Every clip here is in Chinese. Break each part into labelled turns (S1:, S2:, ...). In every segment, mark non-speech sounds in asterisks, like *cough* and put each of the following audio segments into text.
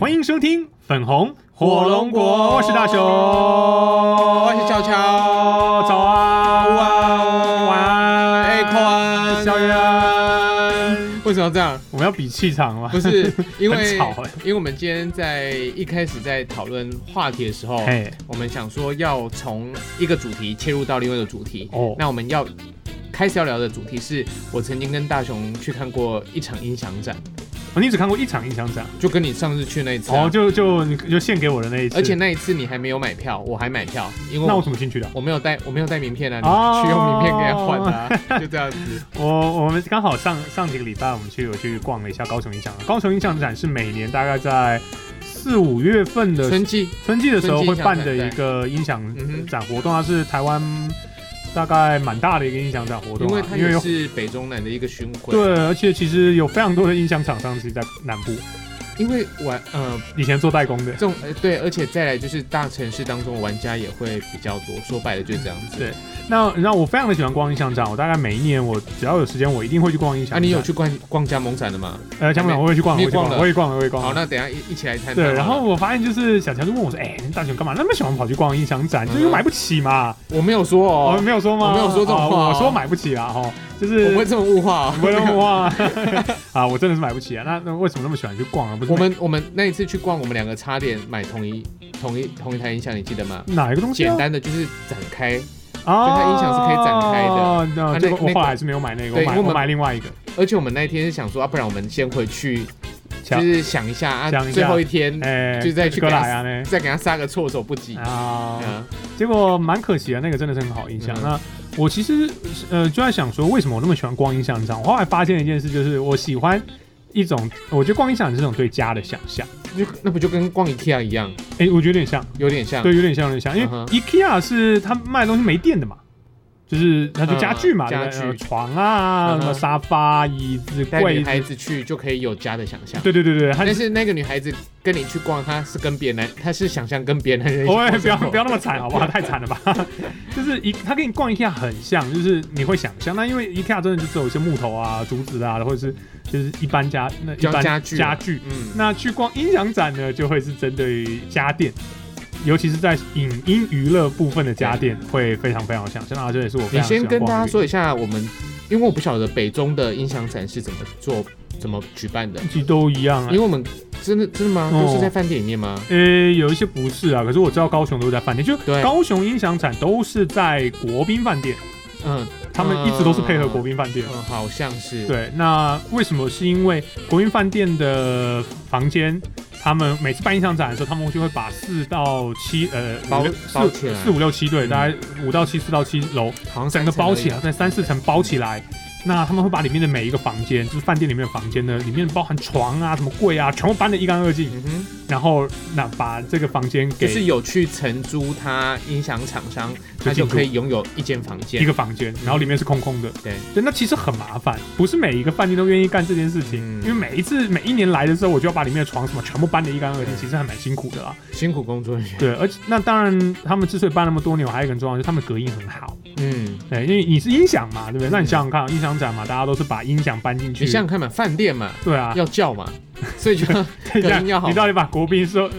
S1: 欢迎收听粉红我是大雄，
S2: 我是乔乔
S1: 早安，
S2: 午安
S1: 晚安，
S2: 哎，宽，
S1: 小
S2: 圆，为什么要这样？
S1: 我们要比气场吗？
S2: 不是因为
S1: *laughs* 很吵哎
S2: 因为我们今天在一开始在讨论话题的时候，
S1: 嘿，
S2: 我们想说要从一个主题切入到另外一个主题。
S1: 哦
S2: 那我们要开始要聊的主题是我曾经跟大雄去看过一场音响展，
S1: 哦你只看过一场印象展，
S2: 就跟你上次去那一次、啊。
S1: 哦，就就你就献给我的那一次，
S2: 而且那一次你还没有买票，我还买票，因为
S1: 那我
S2: 我
S1: 怎么进去的？
S2: 我没有带我没有带名片啊，
S1: 哦
S2: 你去用名片给他换的、啊，就这样子。
S1: 我我们刚好上上几个礼拜，我们去有去逛了一下高雄音响展。高雄音响展是每年大概在四五月份的
S2: 春季
S1: 春季的时候
S2: 春季
S1: 会
S2: 音响
S1: 办
S2: 展
S1: 的一
S2: 对
S1: 个音响
S2: 嗯哼
S1: 展活动，它啊是台湾大概蛮大的一个音响展活
S2: 因
S1: 动、
S2: 为
S1: 啊，
S2: 它
S1: 因为
S2: 也
S1: 有
S2: 是北中南的一个巡回。
S1: 对，，而且其实有非常多的音响厂商其实在南部，
S2: 因为玩呃
S1: 以前做代工的
S2: 这。种呃对，而且再来就是大城市当中玩家也会比较多，说白了就是这样子。
S1: 对那那我非常的喜欢逛音响展，我大概每一年我只要有时间，我一定会去逛音响展。
S2: 啊，你有？去逛逛加盟展的吗？
S1: 呃，江本
S2: 没
S1: 我会去逛，我
S2: 你
S1: 会去
S2: 逛
S1: 逛，
S2: 了
S1: 我会逛，我会逛。
S2: 好，那等一下一一起来谈谈好
S1: 对，
S2: 了。
S1: 然后我发现就是小强就问我说：“哎、你大雄干嘛那么喜欢跑去逛音响展？
S2: 嗯
S1: 就是买不起嘛？”
S2: 我没有说
S1: 我、
S2: 哦，
S1: 没有说吗？
S2: 我没有说这种话哦
S1: 哦我说买不起啦，哈，就是
S2: 我不会这么物化哦
S1: 不。会那
S2: *laughs*
S1: 么哇 *laughs* 啊！我真的是买不起啊！那那为什么那么喜欢去逛啊？不是
S2: 我们我们那一次去逛，我们两个差点买同一同一同一台音响，你记得吗？
S1: 买哪一个东西、啊？
S2: 简单的就是展开，
S1: 啊，
S2: 就它音响是可以展开的
S1: 哦那
S2: 啊
S1: 结果
S2: 那
S1: 我后
S2: 那个
S1: 来还是没有买那个，我
S2: 对
S1: 买
S2: 因为我们
S1: 我买另外一个。
S2: 而且我们那一天是想说啊，不然我们先回去，
S1: 想
S2: 就是想一下啊，
S1: 想一下
S2: 最后一天
S1: 哎，
S2: 就再去
S1: 哥
S2: 跟
S1: 来啊呢
S2: 再给他杀个措手不及。
S1: 啊！
S2: 嗯
S1: 结果蛮可惜的，啊那个真的是很好印象。
S2: 嗯
S1: 那我其实呃就在想说，为什么我那么喜欢逛音响展？我后来发现一件事，就是我喜欢一种，我觉得逛音响展是一种对家的想象。
S2: 就那不就跟逛 IKEA 一样，
S1: 哎，我觉得有点像，
S2: 有点像。
S1: 对，有点像，有点像，因为
S2: 嗯哼
S1: IKEA 是它卖的东西没电的嘛，就是它就家具嘛，
S2: 嗯
S1: 对不对
S2: 家具
S1: 呃床啊，
S2: 嗯哼
S1: 什么沙发、椅子、
S2: 带女
S1: 柜
S2: 孩
S1: 子，
S2: 子去就可以有家的想象。
S1: 对对对对，它
S2: 但是那个女孩子跟你去逛，她是跟别人来，她是想象跟别
S1: *laughs*
S2: 人来。
S1: 我也哦哎不要不要那么惨好不好？太惨了吧！ *laughs* 就是一，它跟你逛 IKEA 很像，就是你会想象。那因为 IKEA 真的就只有一些木头啊、竹子啊，或者是就是一般家那一
S2: 比较
S1: 般
S2: 家具啊
S1: 家具。
S2: 嗯，
S1: 那去逛音响展呢，就会是针对于家电，尤其是在影音娱乐部分的家电，会非常非常想象。啊那这也是我非
S2: 你
S1: 常喜
S2: 先
S1: 欢
S2: 跟
S1: 逛
S2: 大
S1: 的
S2: 家
S1: 原因
S2: 说一下，我们因为我不晓得北中的音响展是怎么做、怎么举办的，
S1: 其实都一样啊
S2: 因为。我们真的真的吗？
S1: 哦
S2: 都是在饭店里面吗？
S1: 呃、有一些不是啊，可是我知道高雄都是在饭店，就
S2: 对
S1: 高雄音响展都是在国宾饭店，
S2: 嗯
S1: 他们一直都是配合国宾饭店。
S2: 嗯，好像是。
S1: 对，那为什么？是因为国宾饭店的房间，他们每次办音响展的时候，他们就会把四到七呃
S2: 包
S1: 五六
S2: 包
S1: 四
S2: 起来
S1: 四五六七对，
S2: 嗯
S1: 大概五到七四到七楼，
S2: 好像
S1: 整个包起
S2: 来。
S1: 来，在三四层包起来。那他们会把里面的每一个房间，就是饭店里面的房间呢，里面包含床啊、什么柜啊，全部搬得一干二净，
S2: 嗯哼，
S1: 然后那把这个房间
S2: 就
S1: 给
S2: 是有去承租他音响厂商，他就
S1: 进驻
S2: 可以拥有一间房间
S1: 一。个房间，然后里面是空空的。
S2: 对
S1: 对，那其实很麻烦，不是每一个饭店都愿意干这件事情，
S2: 嗯
S1: 因为每一次每一年来的时候，我就要把里面的床什么全部搬得一干二净，
S2: 嗯
S1: 其实还蛮辛苦的啦。
S2: 辛苦工作人员。
S1: 对，而且那当然，他们之所以搬那么多年，我还有一个很重要，就是他们隔音很好。
S2: 嗯，
S1: 对，因为你是音响嘛，对不对？那你想想看，音响展嘛，大家都是把音响搬进去。
S2: 你想想看嘛，饭店嘛，
S1: 对啊，
S2: 要叫嘛，所
S1: *laughs*
S2: 以就
S1: 等一
S2: 隔
S1: 下
S2: 音要好
S1: 你到底把国宾说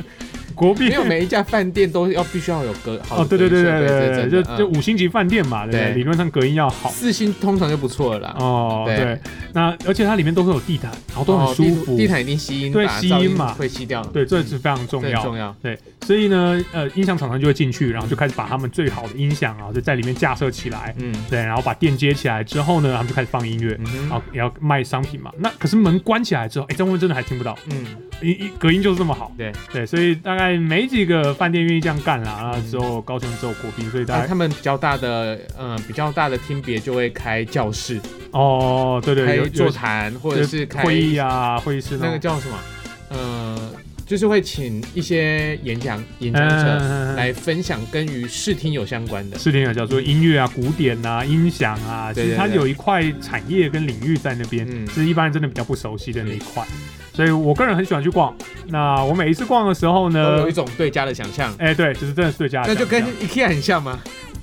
S1: 国宾
S2: 没有每一家饭店都要必须要有隔好的
S1: 哦，对对对
S2: 隔音设备这
S1: 对对，
S2: 真
S1: 就
S2: 的
S1: 就
S2: 嗯
S1: 五星级饭店嘛，对不对？
S2: 对
S1: 理论上隔音要好。
S2: 四星通常就不错了啦。
S1: 哦，
S2: 啊对
S1: 对，那而且它里面都会有地毯，然后都很
S2: 哦
S1: 舒
S2: 地
S1: 服。
S2: 地毯一定吸音吧，
S1: 对吸
S2: 噪
S1: 音嘛
S2: 会吸掉。
S1: 对，这是非常重
S2: 这
S1: 要
S2: 很。重要。
S1: 对，所以呢，呃，音响厂商就会进去，然后就开始把他们最好的音响啊，就在里面架设起来，
S2: 嗯
S1: 对，然后把电接起来之后呢，他们就开始放音乐，
S2: 嗯
S1: 然
S2: 哼
S1: 后也要卖商品嘛。那可是门关起来之后，哎，在外面真的还听不到，
S2: 嗯，
S1: 音音隔音就是这么好。
S2: 对
S1: 对，所以大概没几个饭店愿意这样干啦。那
S2: 嗯
S1: 之后高雄只有国宾，所以大
S2: 那
S1: 家、
S2: 啊他们比较大的，呃，比较大的厅别就会开教室、
S1: 哦，对对，有
S2: 开座
S1: 有
S2: 谈，或者是开
S1: 会议啊，会议室
S2: 那个
S1: 叫
S2: 叫什么？呃，就是会请一些演讲演讲者
S1: 嗯，
S2: 来分享跟与视听有相关的。
S1: 视听有叫做音乐啊、古典啊、音响啊，其
S2: 对
S1: 实
S2: 对
S1: 它
S2: 对
S1: 有一块产业跟领域在那边，
S2: 嗯
S1: 是一般人真的比较不熟悉的那一块。所以我个人很喜欢去逛。那我每一次逛的时候
S2: 都
S1: 呢
S2: 哦有一，种对家的想象，
S1: 哎、对，就是真的是对家的
S2: 呃那
S1: 想
S2: 就
S1: 象，
S2: 跟 IKEA 很像吗？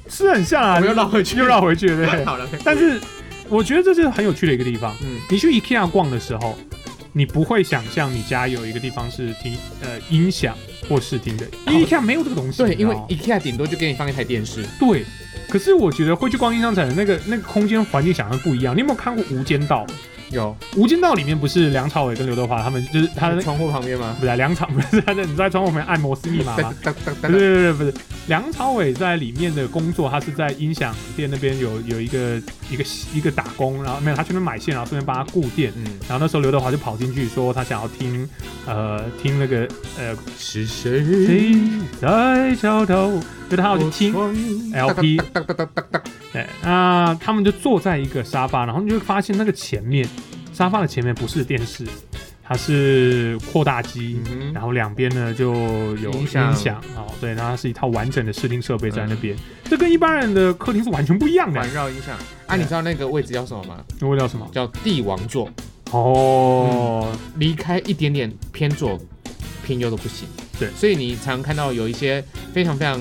S1: 是很像
S2: 我
S1: 啊，
S2: 们又绕回去，
S1: *laughs* 又绕回去，对。
S2: *laughs* 好了，
S1: 但是我觉得这是很有趣的一个地方。
S2: 嗯
S1: 你去 IKEA 逛的时候，你不会想象你家有一个地方是听呃音响或视听的，因为 IKEA 没有这个东西。
S2: 哦对，
S1: 你知
S2: 因
S1: 道
S2: 为
S1: 吗
S2: IKEA 顶多就给你放一台电视，
S1: 对。可是我觉得会去逛音像展的那个那个空间环境想象不一样。你有没有看过《无间道》？
S2: 有
S1: 《无间道》里面不是梁朝伟跟刘德华他们就是他的
S2: 窗户旁边吗？
S1: 不是啊梁朝不是他在你在窗户旁边按摩斯密码
S2: *laughs*
S1: 吗？
S2: 哒哒哒
S1: 不是不是不是，梁朝伟在里面的工作，他是在音响店那边有有一个一个一个打工，然后没有他去那边买线，然后顺便帮他顾店。
S2: 嗯，
S1: 然后那时候刘德华就跑进去说他想要听，呃，听那个呃
S2: 是谁？
S1: 谁在桥头，就他要去
S2: 哦
S1: 听。LP
S2: 哎哒哒哒哒哒哒，
S1: 对，哎那他们就坐在一个沙发，然后你就会发现那个前面沙发的前面不是电视，它是扩大机，
S2: 嗯
S1: 然
S2: 哼，
S1: 后两边呢就有
S2: 音
S1: 音
S2: 响
S1: 响，哦，对，然后它是一套完整的视听设备在那边，
S2: 嗯
S1: 这跟一般人的客厅是完全不一样的
S2: 环。绕音响。啊，你知道那个位置叫什么吗？
S1: 那味道什么？
S2: 叫帝王座，
S1: 哦，
S2: 离开一点点偏左，偏右都不行。
S1: 对
S2: 所以你常看到有一些非常非常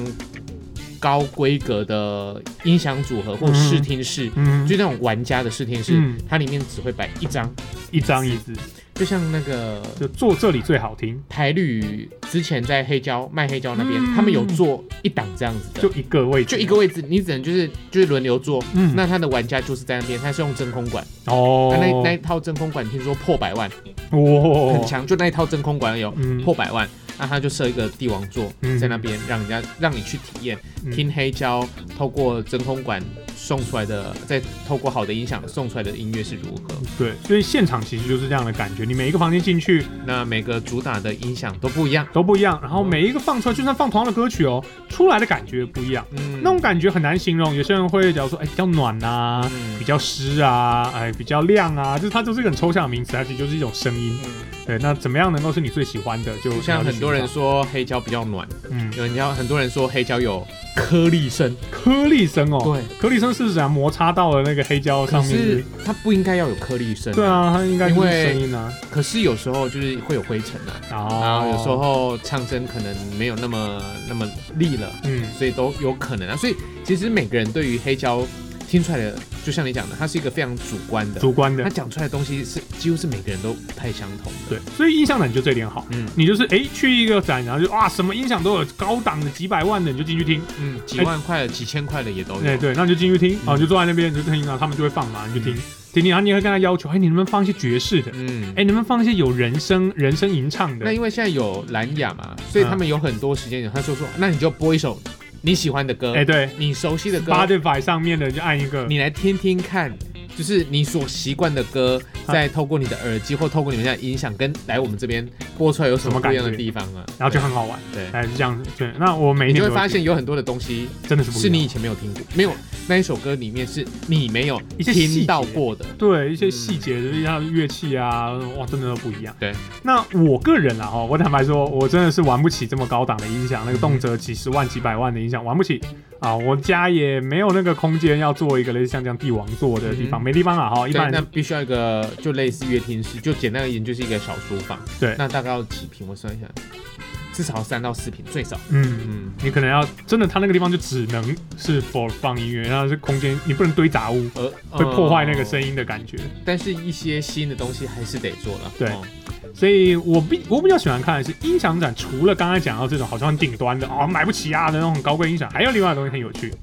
S2: 高规格的音响组合或
S1: 嗯
S2: 视听室，
S1: 嗯，
S2: 就那种玩家的视听室，
S1: 嗯
S2: 它里面只会摆一张，
S1: 一张椅子，
S2: 就像那个
S1: 就坐这里最好听，
S2: 台旅之前在黑胶卖黑胶那边，
S1: 嗯
S2: 他们有做一档这样子的，
S1: 就一个位置，
S2: 就一个，位置，你只能就是就是轮流坐。
S1: 嗯，
S2: 那他的玩家就是在那边，他是用真空管，
S1: 哦
S2: 啊、，那那一套真空管听说破百万，
S1: 哇，
S2: 很，强，就那一套真空管有
S1: 哦嗯
S2: 破百万，那他就设一个帝王座
S1: 嗯
S2: 在那边，让人家让你去体验
S1: 嗯
S2: 听黑胶，透过真空管送出来的，再透过好的音响送出来的音乐是如何。
S1: 对，所以现场其实就是这样的感觉，你每一个房间进去。
S2: 那每个主打的音响都不一样，
S1: 都不一样。然后每一个放出来，就算放同样的歌曲哦，出来的感觉不一样，
S2: 嗯
S1: 那种感觉很难形容。有些人会讲说，哎，比较暖呐、
S2: 嗯
S1: 比较湿啊，哎，比较亮啊，就是它就是一个很抽象的名词，它其实就是一种声音。
S2: 嗯
S1: 对，那怎么样能够是你最喜欢的？就
S2: 就像很多人，说黑胶比较暖，
S1: 嗯，
S2: 有人家很多人说黑胶有颗粒声，
S1: 颗粒声哦，
S2: 对，
S1: 颗粒声是指啊摩擦到了那个黑胶
S2: 可
S1: 上面
S2: 是。它不应该要有颗粒声，
S1: 对。啊，它应该就
S2: 因
S1: 是
S2: 为
S1: 声音啊，哦
S2: 可是有时候就是会有灰尘啊，
S1: 然
S2: 然
S1: 后
S2: 后有时，候唱针可能没有那么那么利了，
S1: 嗯，
S2: 所以都有可能啊。所以其实每个人对于黑胶听出来的，就像你讲的，它是一个非常主观的，
S1: 主观
S2: 他
S1: 的，
S2: 讲出来的东西是几乎是每个人都不太相同的。
S1: 对，所以印象展就这点好，
S2: 嗯
S1: 你就是哎去一个展，然后就哇什么音响都有，高档的几百万的你就进去听，
S2: 嗯，几万块的、几千块的也都
S1: 哎、
S2: 有。
S1: 对，那你就进去听，
S2: 嗯
S1: 哦，你就坐在那边你就听，然后他们就会放嘛，你就听，听听，然后你也会跟他要求，哎、你能不能放一些爵士的？
S2: 嗯
S1: 哎、，能不能放一些有人声、人声吟唱的
S2: 那？因为现在有蓝牙嘛，
S1: 嗯
S2: 所以他们有很多时间点，他就说，那你就播一首你喜欢的歌，
S1: 哎、对
S2: 你熟悉的歌，
S1: ，Spotify 上面的就按一个，
S2: 你来听听看，就是你所习惯的歌，
S1: 啊
S2: 再透过你的耳机或透过你们家的音响，跟来我们这边播出来有什么不一样
S1: 什么
S2: 的
S1: 感觉
S2: 地方啊？
S1: 然后就很好玩，
S2: 对，对
S1: 哎、是这样子。对，那我每一
S2: 你
S1: 天
S2: 就会
S1: 都
S2: 发
S1: 去
S2: 现有很多的东西
S1: 真的是不一
S2: 是你以
S1: 样
S2: 前没有听过，没有那一首歌里面是你没有
S1: 一些细节
S2: 听到过的。
S1: 对一些细节，就是像乐器啊，哇，真的都不一样。
S2: 嗯对，
S1: 那我个人啊，哦，我坦白说，我真的是玩不起这么高档的音响，那个动
S2: 嗯
S1: 辄几十万、几百万的音响玩不起啊。我家也没有那个空间要做一个类似像这样帝王座的地方，
S2: 嗯
S1: 没地方啊，哈，一
S2: 对，
S1: 般
S2: 那
S1: 人
S2: 必须要一个就类似乐厅室，就简单而言就是一个小书房。
S1: 对
S2: 那大概要几平？我算一下，至少三到四平，最少。
S1: 嗯。
S2: 嗯，
S1: 你可能要真的，它那个地方就只能是 for 放音乐，然后是空间，你不能堆杂物，
S2: 而
S1: 会破坏那个
S2: 音。
S1: 声音的感觉。
S2: 呃但是一些新的东西还是得做了。
S1: 对
S2: 哦
S1: 所以我比我比较喜欢看的是音响展，除了刚才讲到这种好像很顶端的哦买不起啊的那种很高贵音响，还有另外一个东西很有趣，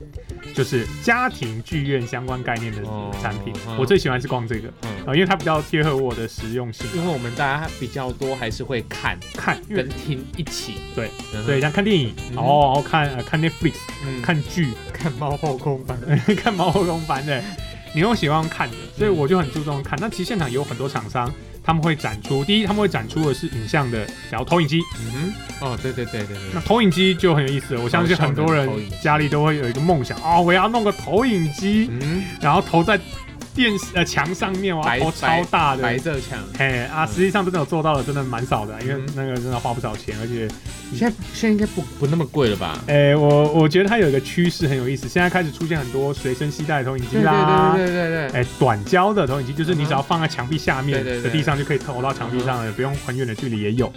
S1: 就是家庭剧院相关概念的
S2: 哦
S1: 产品。
S2: 嗯
S1: 我最喜欢是逛这个
S2: 嗯
S1: 啊、因为它比较贴合我的实用性。
S2: 因为我们大家比较多还是会看
S1: 看，因为
S2: 跟听一起，
S1: 对
S2: 嗯哼
S1: 对，像看电影，
S2: 嗯
S1: 然后然后看呃看 Netflix，
S2: 嗯
S1: 看 *laughs* 剧，
S2: 看猫后空翻，
S1: 看毛绒版的，你又喜欢看的，所以我就很注重看。那其实现场有很多厂商，他们会展出，第一他们会展出的是影像的，然后投影机。
S2: 嗯哼，哦，对对对对
S1: 那
S2: 对，
S1: 投影机就很有意思了，我
S2: 哦
S1: 相信很多人
S2: 投影机
S1: 家里都会有一个梦想哦，我要弄个投影机，
S2: 嗯，
S1: 然后投在电视呃墙上面，我
S2: 白
S1: 要投超大
S2: 白
S1: 的。
S2: 色墙，
S1: 嘿啊，
S2: 嗯
S1: 实际上真的有做到的，真的蛮少的，因为
S2: 嗯
S1: 那个真的花不少钱，而且，
S2: 现在现在应该不不那么贵了吧？
S1: 诶，我我觉得它有一个趋势很有意思，现在开始出现很多随身携带的投影机
S2: 对对
S1: 啦，
S2: 对对对对，
S1: 哎，短焦的投影机，就是
S2: 嗯
S1: 你
S2: 哼
S1: 只要放在墙壁下面
S2: 对对对嗯
S1: 的地上就可以投到墙壁上了，不用很远的距离也有。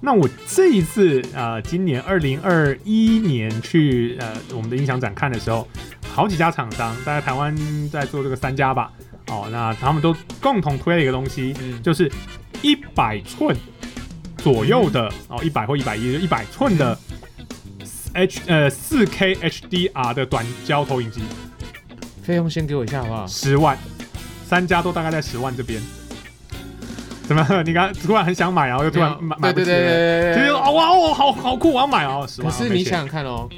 S1: 那我这一次啊、呃今年二零二一年去呃我们的音响展看的时候，好几家厂商在台湾在做这个三家吧，哦，那他们都共同推了一个东西，
S2: 嗯，
S1: 就是一百寸左右的哦，一百或一百一，一百寸的
S2: 嗯
S1: H 呃四 K HDR 的短焦投影机，
S2: 费用先给我一下好不好？
S1: 十万，三家都大概在十万这边。怎么样？你刚突然很想买，然啊后又突然买买不
S2: 对对
S1: 起
S2: 对
S1: 了，
S2: 对
S1: 就
S2: 对
S1: 是哦哇哦，好好酷，我要买哦，十
S2: 对。可
S1: 万。
S2: 是
S1: 没
S2: 你
S1: 钱，
S2: 想想看哦，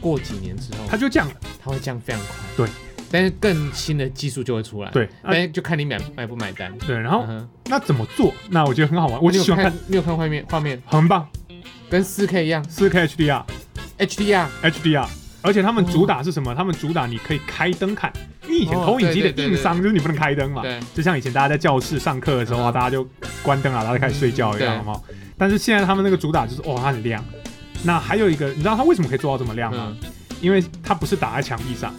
S2: 过几年之后，
S1: 它
S2: 它
S1: 就这样了，
S2: 它会降非常快。
S1: 对。
S2: 但是更新的技术就会出来。。
S1: 对，啊
S2: 但就看你买买不买单。
S1: 对，然后
S2: 嗯哼
S1: 那怎么做？那我觉得很好玩，我
S2: 你
S1: 就
S2: 有
S1: 喜欢看，
S2: 看，你有看画面画面
S1: 很棒，
S2: 跟四 K 一样啊
S1: 四 K HDR。
S2: ，HDR。
S1: HDR，而且他们主打是什么？他们主打你可以开灯看。因为以前
S2: 哦
S1: 投影机的
S2: 对对对
S1: 硬伤就是你不能开灯嘛，
S2: 对
S1: 就像以前大家在教室上课的时候啊，
S2: 嗯
S1: 大家就关灯啊，大家开始睡觉一样，
S2: 嗯对
S1: 好不好？但是现在他们那个主打就是，哦，它很亮。那还有一个，你知道它为什么可以做到这么亮吗？
S2: 嗯，
S1: 因为它不是打在墙壁上，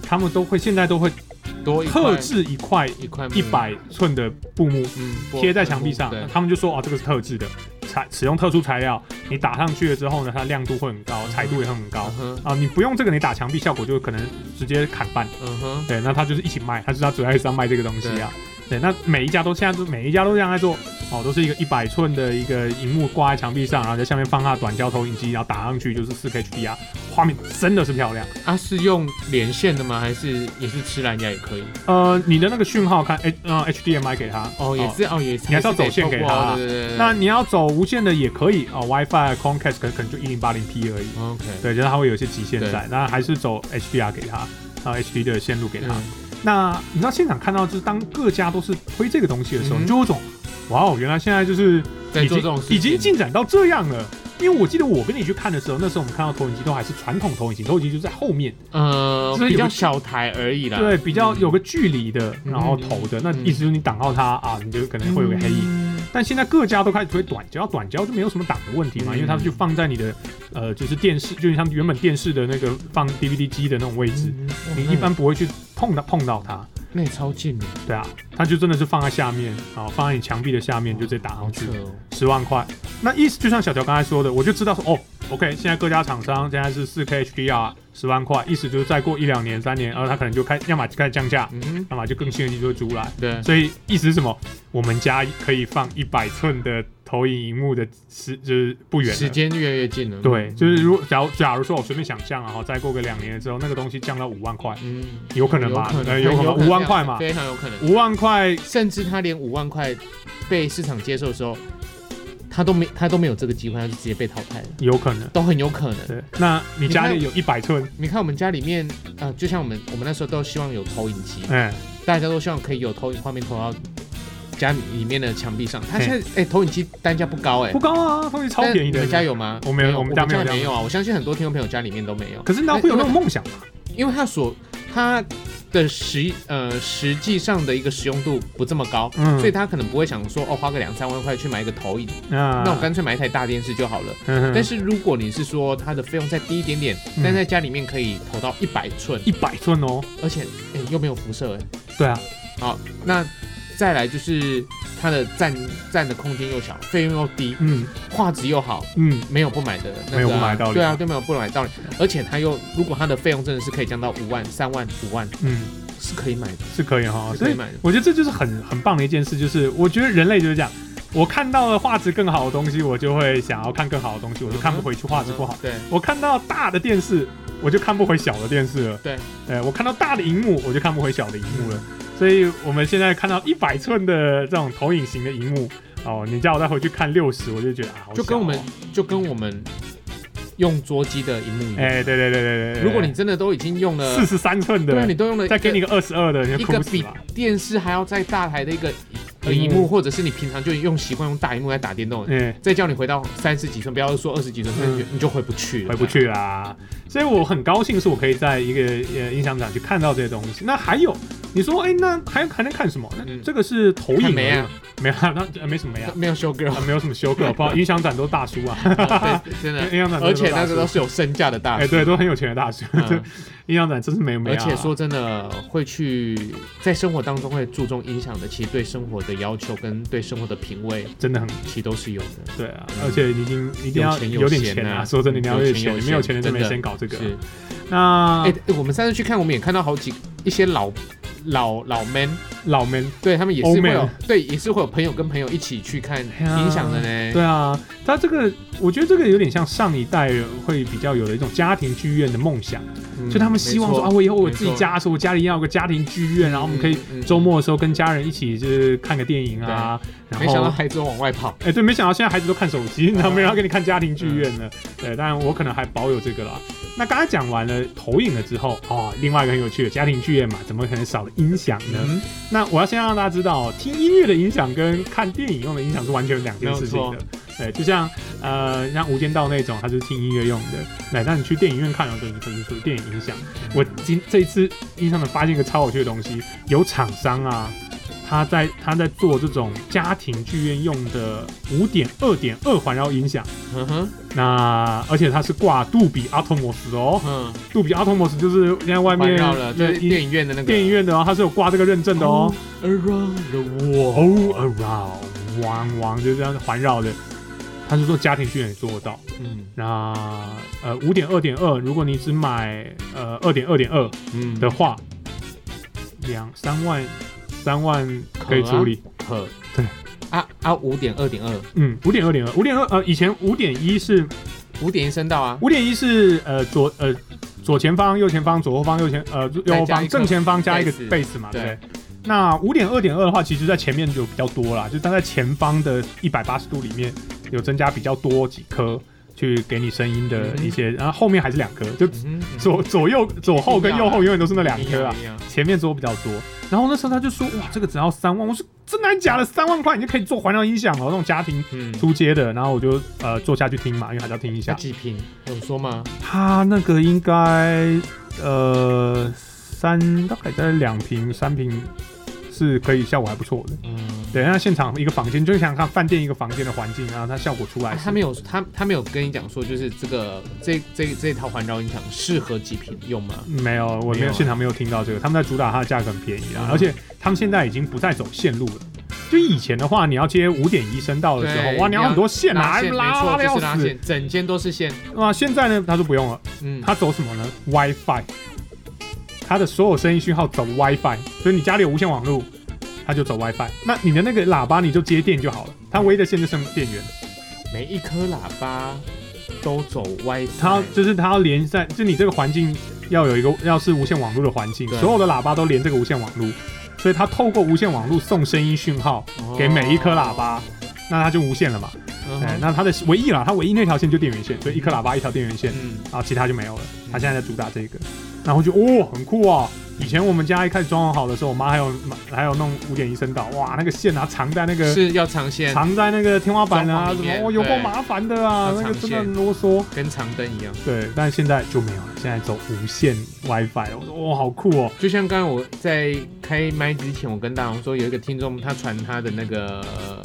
S1: 他们都会现在都会
S2: 嗯多一块
S1: 特制一块
S2: 一块
S1: 一百寸的布幕
S2: 嗯
S1: 贴在墙壁上
S2: 对，
S1: 他们就说哦，这个是特制的，采使用特殊材料，你打上去了之后呢，它亮度会很高，彩度也会很高
S2: 嗯。哼
S1: 啊，你不用这个，你打墙壁效果就可能直接砍半。
S2: 嗯哼
S1: 对，那他就是一起卖，他就是他主要是要卖这个东西啊。对，那每一家都现在都每一家都这样在做，哦，都是一个一百寸的一个荧幕挂在墙壁上，然后在下面放它的短焦投影机，然后打上去就是四 K HDR，画面真的是漂亮。
S2: 啊是用连线的吗？还是也是吃蓝牙也可以？
S1: 呃，你的那个讯号看 H 呃 HDMI 给它
S2: 哦，也是哦，也是，
S1: 你还是要走线给他啊
S2: 还是得透过对对对。
S1: 那你要走无线的也可以哦，WiFi、Comcast 可能可能就一零八零 P 而已。
S2: OK，
S1: 对，就是它会有一些极限
S2: 对
S1: 在，那还是走 HDR 给它，然后 HD 的线路给它。
S2: 嗯
S1: 那你知道现场看到，就是当各家都是推这个东西的时候，
S2: 嗯哼
S1: 你就有一种，哇哦，原来现在就是
S2: 在
S1: 已
S2: 做
S1: 经
S2: 这种事情
S1: 已经进展到这样了。因为我记得我跟你去看的时候，那时候我们看到投影机都还是传统投影机，投影机就在后面，
S2: 呃
S1: 就是有
S2: 比较小台而已啦，
S1: 对，比较
S2: 嗯
S1: 有个距离的，
S2: 嗯
S1: 然后投的，那
S2: 嗯
S1: 意思就是你挡到它啊，你就可能会有个黑影。
S2: 影，
S1: 但现在各家都开始推短焦，短焦就没有什么挡的问题嘛，
S2: 嗯
S1: 因为它就放在你的呃，就是电视，就是像原本电视的那个放 DVD 机的那种位置，
S2: 嗯
S1: 你一般不会去碰到碰到它，
S2: 那也超近的，
S1: 对啊，它就真的是放在下面，然后放在你墙壁的下面就直接打上去
S2: 好，扯哦
S1: 十万块。那意思就像小乔刚才说的，我就知道说哦，OK，现在各家厂商现在是四 K HDR 十万块，意思就是再过一两年、三年，然后它可能就开，要么就开始降价，
S2: 嗯哼，
S1: 要么就更新的技术出来。
S2: 对，
S1: 所以意思是什么？我们家可以放一百寸的投影荧幕的时，就是不远了啊
S2: 时。间越来越近了，嗯
S1: 对，就是如果假如假如说我随便想象啊，哈，再过个两年之后，那个东西降到五万块，
S2: 嗯，
S1: 有可能吧？呃有可能
S2: 非常
S1: 五万块嘛，
S2: 非常有可能，
S1: 五万块，
S2: 甚至他连五万块被市场接受的时候，他都没他都没有这个机会，他就直接被淘汰了，
S1: 有可能。
S2: 都很有可能。
S1: 对，那你家
S2: 你
S1: 里有一百寸，
S2: 你看我们家里面，呃，就像我们我们那时候都希望有投影机，
S1: 哎、
S2: 大家都希望可以有投影画面投到家里面的墙壁上。它现在哎、投影机单价不高哎、
S1: 不高啊，东西超便宜
S2: 但你
S1: 的。
S2: 们家有吗？
S1: 我没有
S2: 我
S1: 我们家没有这样
S2: 没有啊。我相信很多听众朋友家里面都没有，
S1: 可是那会有那种梦想嘛？
S2: 因为它所它的实呃实际上的一个使用度不这么高。
S1: 嗯，
S2: 所以他可能不会想说哦，花个两三万块去买一个投影，
S1: 那
S2: 那我干脆买一台大电视就好了。
S1: 啊嗯
S2: 但是如果你是说它的费用再低一点点，
S1: 嗯
S2: 但在家里面可以投到一百寸，
S1: 一百寸哦，
S2: 而且哎、又没有辐射哎、
S1: 对啊，
S2: 那再来就是它的占占的空间又小，费用又低，
S1: 嗯
S2: 画质又好，
S1: 嗯，
S2: 没有不买的、那个啊
S1: 没有不买道理
S2: 对啊，对，没有不买道理。而且它又如果它的费用真的是可以降到五万、三万、五万，
S1: 嗯。
S2: 是可以买的，
S1: 是可以哈，
S2: 是
S1: 所
S2: 可以
S1: 以
S2: 买的。
S1: 我觉得这就是很很棒的一件事，就是我觉得人类就是这样，我看到了画质更好的东西，我就会想要看更好的东西，我就看不回去画质不好
S2: 嗯。对，
S1: 我看到大的电视，我就看不回小的电视了。
S2: 对，嗯
S1: 呃，我看到大的荧幕，我就看不回小的荧幕了。所以我们现在看到一百寸的这种投影型的荧幕，哦，你叫我再回去看六十，我就觉得啊，好
S2: 就
S1: 小哦
S2: 跟我们、就跟我们用桌机的荧幕一样。
S1: 哎，对对对对对对，
S2: 如果你真的都已经用了
S1: 四，十三寸
S2: 对啊，你
S1: 的，
S2: 都用了一
S1: 再
S2: 个
S1: 给你个二十二的，你
S2: 一
S1: 就
S2: 个
S1: 哭死
S2: 比
S1: 吧。
S2: 电视还要再大台的一个呃
S1: 荧
S2: 荧
S1: 幕
S2: 幕，或者是你平常就用习惯用大荧幕来打电动，
S1: 嗯。
S2: 再叫你回到三十几寸，不要说二十几寸，
S1: 嗯
S2: 你就你就回不去了，
S1: 回不去啦。所以我很高兴，是我可以在一个呃音响展去看到这些东西。那还有，你说，哎、那还还能看什么？那
S2: 嗯
S1: 这个是投影而已
S2: 看
S1: 嘛
S2: 梅啊，
S1: 没啊，那、呃没什么梅啊
S2: 没有修 girl，
S1: 啊，没有什么修改，不好，音响展都是大叔 *laughs* 啊，
S2: 对
S1: *laughs*
S2: 真的，
S1: 音响展
S2: 而且那
S1: 那
S2: 个都是有身价的大
S1: 哎、
S2: 学，
S1: 对，都很有钱的大叔，
S2: 嗯
S1: *laughs* 对，音响展真是没有梅
S2: 而
S1: 啊。
S2: 且说真的，会去在生活当中会注重音响的，其实对生活的要求跟对生活的品味，
S1: 真的很
S2: 其实都是有的。
S1: 对啊，而且你一定一定要
S2: 嗯有钱有
S1: 点
S2: 闲
S1: 钱
S2: 啊
S1: 说真的，你要有
S2: 有
S1: 点
S2: 钱有
S1: 钱，你没有钱
S2: 闲
S1: 的就没
S2: 真的
S1: 先搞这个。啊
S2: 是，哎
S1: 那、
S2: 哎，我们上次去看，我们也看到好几一些老老老 man，
S1: 老 man。
S2: 对他们也是会
S1: 欧
S2: 有
S1: 美，
S2: 对也是会有朋友跟朋友一起去看
S1: 哎呀
S2: 音响的呢。
S1: 对啊，他这个我觉得这个有点像上一代会比较有的一种家庭剧院的梦想，
S2: 嗯，
S1: 就他们希望说啊，我以后我自己
S2: 没错
S1: 家说，我家里要有个家庭剧院，然后我们可以
S2: 嗯嗯嗯
S1: 周末的时候跟家人一起就是看个电影啊，然
S2: 没想到
S1: 后。
S2: 孩子往外跑。
S1: *laughs* 哎、对，没想到现在孩子都看手机，然后没人要给你看家庭剧
S2: 嗯
S1: 院了。对，当然我可能还保有这个啦。那刚才讲完了投影了之后，哦，另外一个很有趣的家庭剧院嘛，怎么可能少了音响呢？
S2: 嗯，
S1: 那我要先让大家知道，听音乐的音响跟看电影用的音响是完全两件事情
S2: 没
S1: 的。对，就像呃，像《无间道》那种，它就是听音乐用的。那但你去电影院看的时候，你可能是电影音响。我今这一次印象的发现一个超有趣的东西，有厂商啊，他在他在做这种家庭剧院用的五点二点二环绕音响。
S2: 嗯哼，
S1: 那而且它是挂杜比 Atmos 的哦，
S2: 嗯，
S1: 杜比 Atmos 就是现在外
S2: 环
S1: 面
S2: 绕了，就
S1: 对
S2: 是电影院的那个
S1: 电影院的哦，它是有挂这个认证的哦。
S2: Around the World。
S1: all around，汪汪，就这样环绕的。他是说家庭剧院也做得到。
S2: 嗯
S1: 那呃，五点二点二，如果你只买呃二点二点二
S2: 嗯
S1: 的话，两三万三万可啊以处理。
S2: 可
S1: 对
S2: 啊啊，五点二点二，
S1: 嗯，五点二点二，五点二呃，以前五点一是
S2: 五点一声道啊，
S1: 五点一是呃左呃左前方、右前方、左后方、右前呃右
S2: 再
S1: 后
S2: 加一
S1: 方、
S2: 个
S1: 正前方加一个
S2: base
S1: base 嘛，对不
S2: 对
S1: 对？那五点二点二的话，其实在前面就比较多啦，就它在前方的一百八十度里面有增加比较多几颗去给你声音的
S2: 嗯哼
S1: 一些，然后后面还是两颗，就
S2: 嗯哼
S1: 左左右左后
S2: 啊
S1: 跟右后永远都是那两颗啊。，
S2: 一样
S1: 前面做比较多。然后那时候他就说，哇，这个只要三万，我说真的还假的？三万块你就可以做环绕音响了，那种家庭
S2: 一样嗯，
S1: 出街的。然后我就呃坐下去听嘛，因为还是要听一
S2: 那
S1: 下。
S2: 几瓶有说吗？
S1: 它那个应该呃三大概在两瓶三瓶是可以效果还不错的。
S2: 嗯，
S1: 对，那现场一个房间，就想看饭店一个房间的环境啊，它效果出来
S2: 啊
S1: 是、
S2: 他没有他他没有跟你讲说，就是这个这这这套环绕音响适合几瓶用吗？
S1: 没有，我没
S2: 没有
S1: 有
S2: 啊
S1: 现场没有听到这个，他们在主打它的价格很便宜啊，
S2: 嗯
S1: 而且他们现在已经不再走线路了。就以前的话，你要接五点一声道的时候，
S2: 对
S1: 哇，你要很多线啊，
S2: 拉
S1: 拉
S2: 线，没
S1: 的
S2: 错，就
S1: 要
S2: 是拉
S1: 死。
S2: 线，整间都是线。
S1: 哇，现在呢，他说不用了，
S2: 嗯，
S1: 他走什么呢？WiFi，他的所有声音讯号走 WiFi，所以你家里有无线网络，他就走 WiFi。那你的那个喇叭你就接电就好了，它唯一的线就剩电源。
S2: 每一颗喇叭都走 WiFi，
S1: 它要就是它要连在，就你这个环境要有一个要是无线网络的环境，
S2: 对
S1: 所有的喇叭都连这个无线网络，所以它透过无线网络送声音讯号给每一颗喇叭。那它就无线了嘛？
S2: 哦嗯
S1: 哎、那它的唯一啦，它唯一那条线就电源线，所以一颗喇叭一条电源线，
S2: 嗯，
S1: 然后其他就没有了。他现在在主打这个，然后就哦，很酷啊！以前我们家一开始装潢好的时候，我妈还有还有弄五点一声道，哇，那个线啊藏在那个
S2: 是要长线，
S1: 藏在那个天花板啊，
S2: 装潢
S1: 什
S2: 里
S1: 么
S2: 面
S1: 哦有够
S2: 对
S1: 麻烦的啊，
S2: 要
S1: 那个真的
S2: 藏线
S1: 很啰嗦。
S2: 跟长灯一样。
S1: 对，但现在就没有了，现在走无线 WiFi 了。我说哇，好酷哦！
S2: 就像刚才我在开麦之前，我跟大王说，有一个听众他传他的那个呃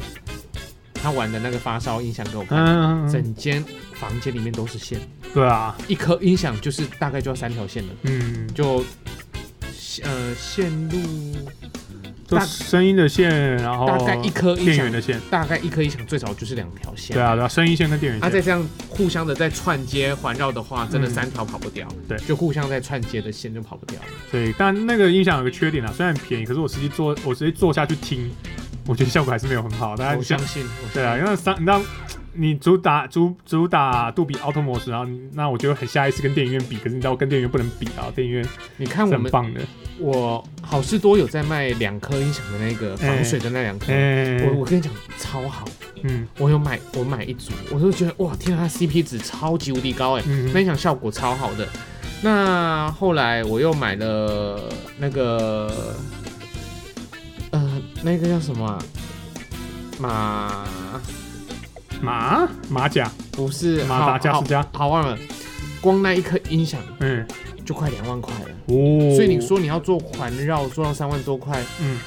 S2: 他玩的那个发烧音响给我看，
S1: 嗯，
S2: 整间房间里面都是线，
S1: 对啊，
S2: 一颗音响就是大概就要三条线了，
S1: 嗯，
S2: 就呃线路
S1: 就
S2: 大
S1: 声音的线，然后
S2: 大概一颗音
S1: 哦电源
S2: 响，
S1: 的线，
S2: 大概一颗音响最少就是两条线。
S1: 对啊，对啊，声音线跟电源
S2: 它、再
S1: 线，
S2: 这样互相的在串接环绕的话，真的
S1: 嗯
S2: 三条跑不掉。
S1: 对
S2: 就互相在串接的线就跑不掉了。
S1: 对，但那个音响有个缺点啊，虽然便宜，可是我实际坐，我直接坐下去听，我觉得效果还是没有很好。大家
S2: 我
S1: 想
S2: 相，信，我
S1: 对啊，
S2: 相信
S1: 因为三，那你主打主主打杜比 Auto 模式，然后你那我觉得很下意识跟电影院比，可是你知道跟电影院不能比啊，电影院是
S2: 你看我
S1: 很
S2: 们
S1: 棒的。
S2: 我好事多有在卖两颗音响的那个防水的那两颗，
S1: 哎，
S2: 我我跟你讲超好，
S1: 嗯
S2: 我有买我买一组，我就觉得哇天啊，它 CP 值超级无敌高哎、
S1: 嗯
S2: 那音响效果超好的。那后来我又买了那个呃那个叫什么、啊、马
S1: 马马甲
S2: 不是
S1: 马
S2: 好
S1: 达加斯加
S2: 好好忘了，光那一颗音响
S1: 嗯，
S2: 就快两万块了。
S1: 哦，
S2: 所以你说你要做环绕做到三万多块，
S1: 嗯，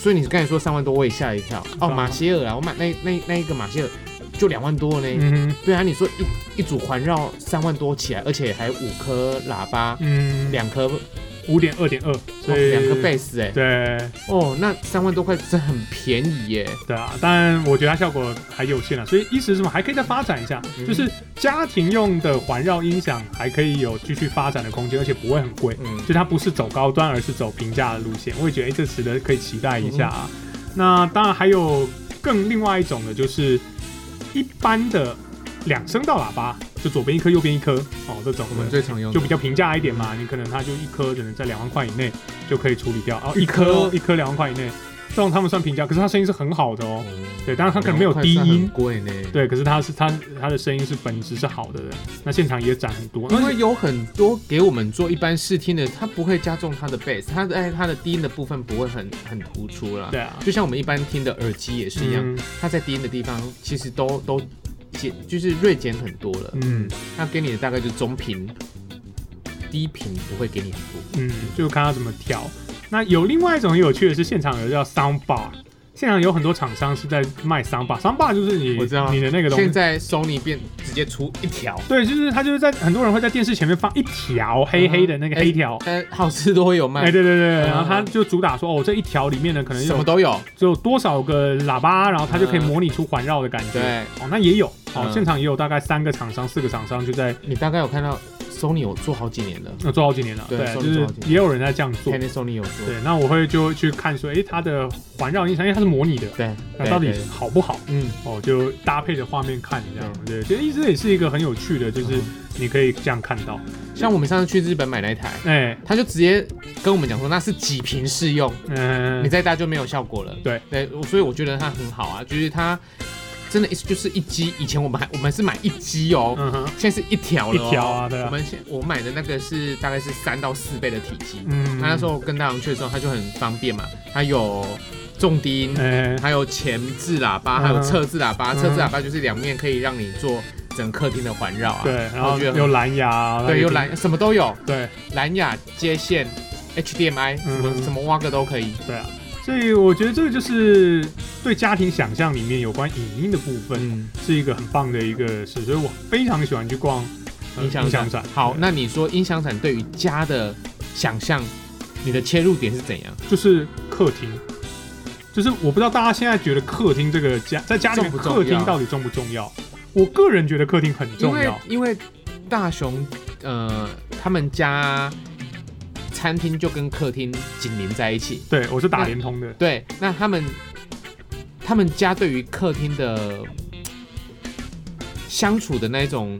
S2: 所以你刚才说三万多，我也吓一跳。哦，马歇尔啊，我买那那那一个马歇尔就两万多呢。
S1: 嗯哼
S2: 对啊，你说一一组环绕三万多起来，而且还五颗喇叭，
S1: 嗯，
S2: 两颗
S1: 五点二点二，所以
S2: 两个 base 哎、
S1: 对
S2: 哦，那三万多块真的很便宜耶、
S1: 对啊，当然我觉得它效果还有限啊，所以意思是什么？还可以再发展一下，
S2: 嗯
S1: 就是家庭用的环绕音响还可以有继续发展的空间，而且不会很贵，
S2: 嗯
S1: 就它不是走高端，而是走平价的路线。我也觉得哎，这值得可以期待一下啊。
S2: 嗯
S1: 那当然还有更另外一种的，就是一般的两声道喇叭，就左边一颗，右边一颗哦，这种
S2: 我
S1: 的
S2: 们最常用的
S1: 就比较平价一点嘛，你可能它就一颗只能在两万块以内就可以处理掉，哦，一颗哦一颗两万块以内，这种他们算平价，可是它声音是很好的哦，对当然它可能没有低音
S2: 两万块算很贵呢、
S1: 对，可是它是它它的声音是本质是好的，那现场也展很多，
S2: 因为有很多给我们做一般试听的，它不会加重它的 bass，它的哎它的低音的部分不会很很突出啦。
S1: 对啊，
S2: 就像我们一般听的耳机也是一样，
S1: 嗯
S2: 它在低音的地方其实都都减，就是锐减很多了。
S1: 嗯
S2: 它给你的大概就中频、低频不会给你很多。
S1: 嗯，就看它怎么调。那有另外一种很有趣的是，现场有叫 sound bar，现场有很多厂商是在卖 sound bar，sound bar 就是你
S2: 我知道
S1: 你的那个东西
S2: 现。在 Sony 变直接出一条，
S1: 对，就是它就是在很多人会在电视前面放一条黑黑的那个黑条，
S2: 呃，好吃都会有卖，
S1: 哎，对对对，
S2: 嗯
S1: 然后它就主打说哦，这一条里面呢可能
S2: 什
S1: 有
S2: 么都有。
S1: 只有多少个喇叭，然后它就可以
S2: 嗯
S1: 模拟出环绕的感觉。
S2: 对，
S1: 哦，那也有，哦，
S2: 嗯
S1: 现场也有大概三个厂商、四个厂商就在
S2: 你大概有看到 Sony 有做好几年了
S1: 呃做好几年了，
S2: 对
S1: 对，
S2: 做
S1: 就
S2: 了
S1: 是
S2: 做好几年
S1: 也有人在这样做。
S2: ，Canon Sony 有做。
S1: 对，那我会就去看说，诶，它的环绕音响，因为它是模拟的，
S2: 对，
S1: 那
S2: 对
S1: 到底
S2: 对
S1: 好不好？
S2: 嗯，
S1: 哦，就搭配着画面看这样，对，其实这也是一个很有趣的，就是
S2: 嗯
S1: 你可以这样看到，
S2: 像我们上次去日本买那一台，
S1: 哎，
S2: 他就直接跟我们讲说那是几瓶试用，
S1: 嗯
S2: 你，再搭就没有效果了。
S1: 对
S2: 对，我所以我觉得它很好啊，就是它真的就是一机，以前我们还我们是买一机哦。
S1: 嗯哼，
S2: 现在是一条了哦、
S1: 一条啊对啊
S2: 我们现我买的那个是大概是三到四倍的体积。
S1: 嗯，
S2: 他那时候跟大王去的时候，他就很方便嘛，他有重低音，
S1: 哎，
S2: 还有前置喇叭，
S1: 嗯
S2: 还有侧置喇叭。
S1: 嗯
S2: 侧置喇叭就是两面可以让你做整客厅的环绕啊。
S1: 对，然后
S2: 我觉得很
S1: 有蓝牙，
S2: 对，有，蓝什么都有，
S1: 对
S2: 蓝牙接线、HDMI 什么、
S1: 嗯
S2: 什么挖个都可以。
S1: 对啊，所以我觉得这个就是对家庭想象里面有关影音的部分
S2: 嗯，
S1: 是一个很棒的一个事，所以我非常喜欢去逛呃
S2: 音响
S1: 响
S2: 伞。
S1: 展。
S2: 好，
S1: 对
S2: 那你说音响伞对于家的想象，你的切入点是怎样？
S1: 就是客厅，就是我不知道大家现在觉得客厅这个家在家里面
S2: 重不重要
S1: 客厅到底重不重要？我个人觉得客厅很
S2: 因
S1: 重
S2: 为
S1: 要。
S2: 因为大雄呃他们家餐厅就跟客厅紧邻在一起，
S1: 对，我是打联通的，
S2: 对，那他们他们家对于客厅的相处的那一种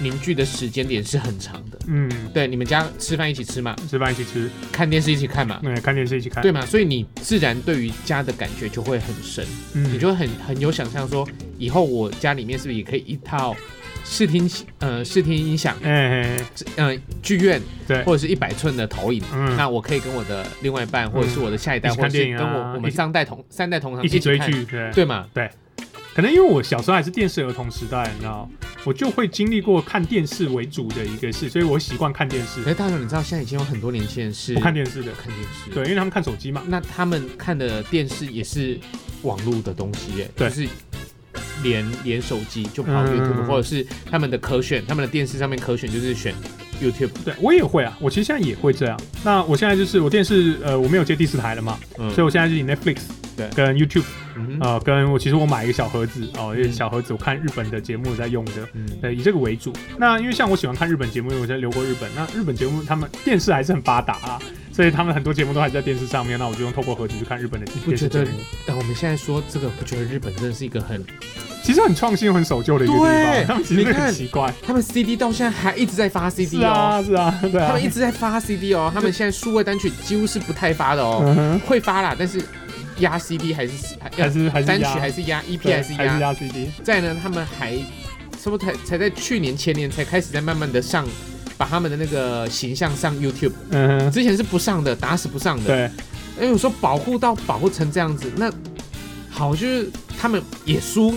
S2: 凝聚的时间点是很长的。
S1: 嗯，
S2: 对，你们家吃饭一起吃嘛，
S1: 吃饭一起吃，
S2: 看电视一起看嘛，
S1: 那、看电视一起看，
S2: 对嘛，所以你自然对于家的感觉就会很深，
S1: 嗯，
S2: 你就会很很有想象说，以后我家里面是不是也可以一套视听呃视听音响，
S1: 哎、
S2: 嗯、剧院
S1: 对
S2: 或者是一百寸的投影。
S1: 嗯，
S2: 那我可以跟我的另外一半，或者是我的下一代，
S1: 一起
S2: 或
S1: 看
S2: 者是
S1: 电影啊
S2: 跟我我
S1: 一
S2: 们
S1: 起
S2: 上代同三代同堂
S1: 一起追
S2: 看
S1: 剧，对。
S2: 对嘛？
S1: 可能因为我小时候还是电视儿童时代，你知道，我就会经历过看电视为主的一个事，所以我习惯看电视
S2: 可，是大雄，你知道现在已经有很多年轻人是
S1: 不看电视的
S2: 不。看电视，
S1: 对，，因为他们看手机嘛。
S2: 那他们看的电视也是网络的东西耶，
S1: 对
S2: 就是连连手机就跑
S1: 嗯
S2: YouTube，、或者是他们的可选，他们的电视上面可选就是选 YouTube，
S1: 对，我也会啊，我其实现在也会这样。那我现在就是我电视，呃，我没有接第四台了嘛，
S2: 嗯
S1: 所以我现在是以 Netflix
S2: 对
S1: 跟 YouTube
S2: 嗯哼
S1: 呃，跟我其实我买一个小盒子哦，因为
S2: 嗯
S1: 小盒子我看日本的节目在用的，
S2: 嗯，
S1: 呃，以这个为主。那因为像我喜欢看日本节目，因为我在留过日本，那日本节目他们电视还是很发达啊，所以他们很多节目都还在电视上面。那我就用透过盒子去看日本的
S2: 不
S1: 电
S2: 觉
S1: 视节
S2: 得
S1: 目，？
S2: 但我们现在说这个，不觉得日本真的是一个很……
S1: 其实很创新、很守旧的一个地方，
S2: 对
S1: 他们其实
S2: 你看
S1: 很奇怪。
S2: 他们 CD 到现在还一直在发
S1: 是
S2: CD 哦，
S1: 啊，是啊，对
S2: 他
S1: 啊
S2: 们。一直在发 CD 哦，他们现在数位单曲几乎是不太发的哦，
S1: 嗯哼，
S2: 会发啦，但是压 CD 还是还
S1: 还是还是
S2: 单曲
S1: 压
S2: 还是压，EP
S1: 对
S2: 还是
S1: 还是
S2: 压。
S1: 压 CD，
S2: 再呢，他们还差不多才才在去年前年才开始在慢慢的上，把他们的那个形象上 YouTube，
S1: 嗯哼，
S2: 之前是不上的，打死不上的。
S1: 对，
S2: 因为有时候哎保护到保护成这样子，那好就是他们也输，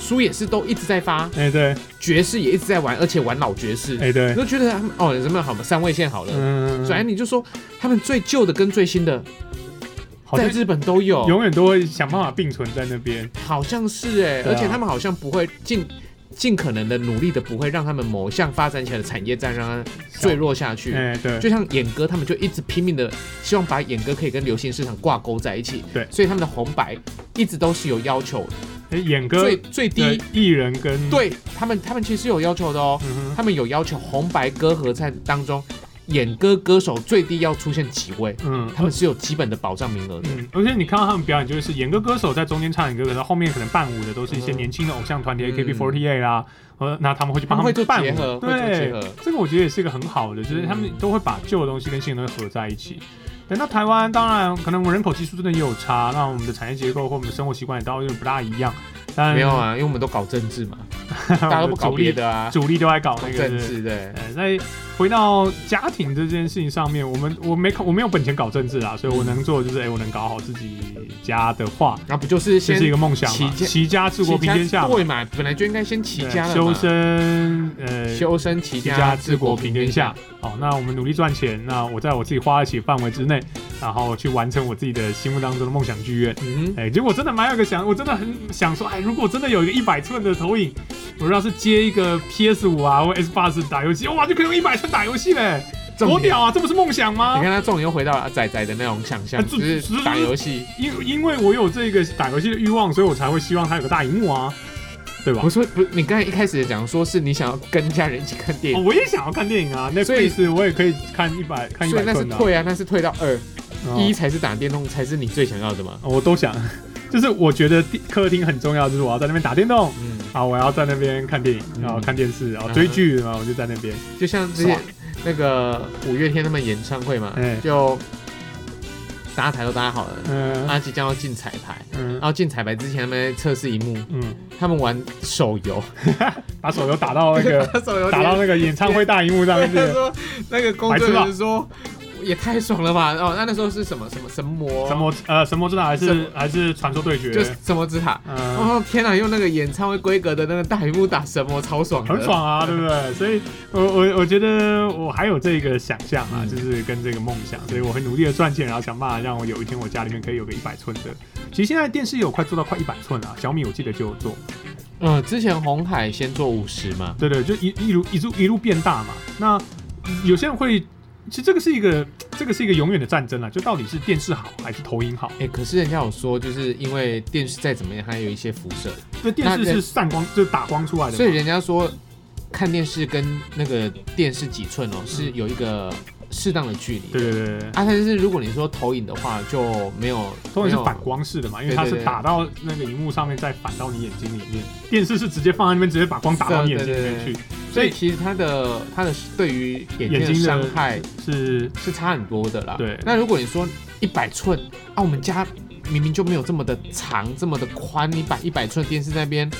S2: 输也是都一直在发，
S1: 哎对，
S2: 爵士也一直在玩，而且玩老爵士，
S1: 哎
S2: 你
S1: 对，
S2: 就觉得他们哦，有什么好嘛，三位线好了。
S1: 嗯，
S2: 反正你就说他们最旧的跟最新的
S1: 好
S2: 在
S1: 像
S2: 日本都有，
S1: 永远都会想办法并存在那边。
S2: 好像是哎、
S1: 对啊
S2: 而且他们好像不会近尽可能的努力的不会让他们某项发展起来的产业站让它坠落下去。
S1: 哎、对，
S2: 就像演歌，他们就一直拼命的希望把演歌可以跟流行市场挂钩在一起。
S1: 对
S2: 所以他们的红白一直都是有要求，
S1: 哎演歌
S2: 最最低，
S1: 的艺人跟，
S2: 对他们，他们其实有要求的哦。
S1: 嗯哼，
S2: 他们有要求红白歌合战当中，演歌歌手最低要出现几位，
S1: 嗯。
S2: 他们是有基本的保障名额的。
S1: 嗯，而且你看到他们表演，就是演歌歌手在中间唱演歌，可是后面可能伴舞的都是一些年轻的偶像团体
S2: 嗯
S1: AKB48 啦，呃，那他们会去帮
S2: 他们会
S1: 们
S2: 做
S1: 伴
S2: 结
S1: 舞，
S2: 合会做结
S1: 对
S2: 合，
S1: 这个我觉得也是一个很好的，就是他们
S2: 嗯
S1: 都会把旧的东西跟新的东西合在一起。等到台湾，当然可能我们人口基数真的也有差，那我们的产业结构或我们的生活习惯也都有点不大一样，但
S2: 没有，啊，因为我们都搞政治嘛，
S1: 大
S2: 大家都不搞别，的啊，
S1: 主力都在搞
S2: 搞
S1: 那个
S2: 政
S1: 是
S2: 治对。
S1: 呃，再回到家庭这件事情上面，我们我没考我没有本钱搞政治啦，所以我能做的就是，哎、我能搞好自己家的话，
S2: 那不就是
S1: 这
S2: 先
S1: 是一个梦想嘛
S2: 起。家
S1: 齐家治国平天下嘛，
S2: 对嘛，本来就应该先起
S1: 对
S2: 家了嘛
S1: 修身，呃，
S2: 修身齐
S1: 齐
S2: 家
S1: 家治国平天下。。好，那我们努力赚钱，那我在我自己花得起范围之内，然后去完成我自己的心目当中的梦想剧院。
S2: 嗯哼，
S1: 哎、结果真的蛮有个想，我真的很想说，哎，如果真的有一个一百寸的投影，我要是接一个 PS 五啊或 S 八十打游戏，哇，就可以用一百寸打游戏嘞，
S2: 重
S1: 多
S2: 点
S1: 屌啊！这不是梦想
S2: 你
S1: 吗？
S2: 看他终于又回到了啊仔仔的那种想象，
S1: 啊这
S2: 就是
S1: 这
S2: 打游戏。
S1: 因因为我有这个打游戏的欲望，所以我才会希望它有个大荧幕啊，对吧
S2: 不？是不是，你刚才一开始讲说是你想要跟家人一起看电
S1: 哦
S2: 影，
S1: 我也想要看电影啊
S2: 所以
S1: ，Netflix 我也可以看一百看一
S2: 所
S1: 百
S2: 以那是
S1: 寸的啊、
S2: 退啊，那是退到二，
S1: 嗯
S2: 一才是打电动，才是你最想要的嘛。
S1: 哦我都想， *laughs* 就是我觉得地客厅很重要，就是我要在那边打电动
S2: 嗯，
S1: 啊，我要在那边看电影，
S2: 嗯
S1: 然后看电视，然后
S2: 嗯
S1: 追剧，然后我就在那边，
S2: 就像之前
S1: 爽
S2: 那个五月天他们演唱会嘛
S1: 哎，
S2: 就搭台都搭好了，
S1: 嗯、
S2: 阿吉将要进彩排，
S1: 嗯
S2: 然后进彩排之前他们在测试一幕，
S1: 嗯，
S2: 他们玩手游，
S1: 把手游打到那个
S2: *laughs* 手游
S1: 打到那个演唱会大荧幕上
S2: *laughs*
S1: 面去
S2: 他。说那个工作人员说也太爽了吧！哦，那那时候是什么什么神魔，
S1: 神魔呃，神魔之塔还
S2: 神
S1: 是
S2: 魔
S1: 还是传说对决，
S2: 就是神魔之塔。
S1: 嗯，
S2: 哦天哪，用那个演唱会规格的那个大荧幕打神魔，超爽的，
S1: 很。爽啊，对不对？所以我我我觉得我还有这个想象啊，
S2: 嗯
S1: 就是跟这个梦想，所以我会努力的赚钱，然后想办法让我有一天我家里面可以有个一百寸的。其实现在电视有快做到快一百寸了，小米我记得就有做，
S2: 嗯，之前红海先做五十嘛，
S1: 对对，就一一路一路一路变大嘛。那有些人会，其实这个是一个这个是一个永远的战争啊，就到底是电视好还是投影好？
S2: 哎、可是人家有说，就是因为电视再怎么样，它有一些辐射，
S1: 对，电视
S2: 那
S1: 是
S2: 人
S1: 散光，就是打光出来的嘛，
S2: 所以人家说看电视跟那个电视几寸哦，是有一个适当的距离。
S1: 嗯对对对对对。
S2: 啊，但是如果你说投影的话，就没有，
S1: 通常
S2: 没
S1: 是
S2: 有
S1: 反光式的嘛，因为
S2: 对
S1: 它
S2: 对
S1: 是
S2: 对
S1: 打到那个荧幕上面，再反到你眼睛里面。电视是直接放在那边，直接把光打到你眼睛里面
S2: 对对
S1: 去，
S2: 所以其实它的它的对于眼睛
S1: 眼
S2: 的
S1: 睛的
S2: 伤害
S1: 是
S2: 是啊差很多的啦。
S1: 对
S2: 那如果你说一百寸啊，我们家明明就没有这么的长，这么的宽，你摆一百寸电视在那边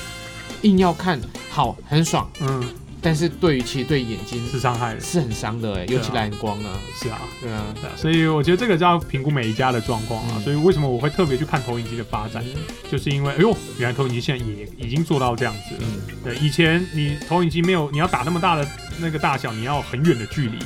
S2: 硬要看，好很爽，
S1: 嗯
S2: 但是对于其实对眼睛
S1: 是伤害的，
S2: 是很伤的哎、
S1: 对啊
S2: 尤其蓝光啊，
S1: 是啊。
S2: 对啊。
S1: 对啊所以我觉得这个就要评估每一家的状况啊，
S2: 嗯
S1: 所以为什么我会特别去看投影机的发展，就是因为哎呦，原来投影机现在也已经做到这样子了。
S2: 嗯，
S1: 对，以前你投影机没有，你要打那么大的那个大小，你要很远的距离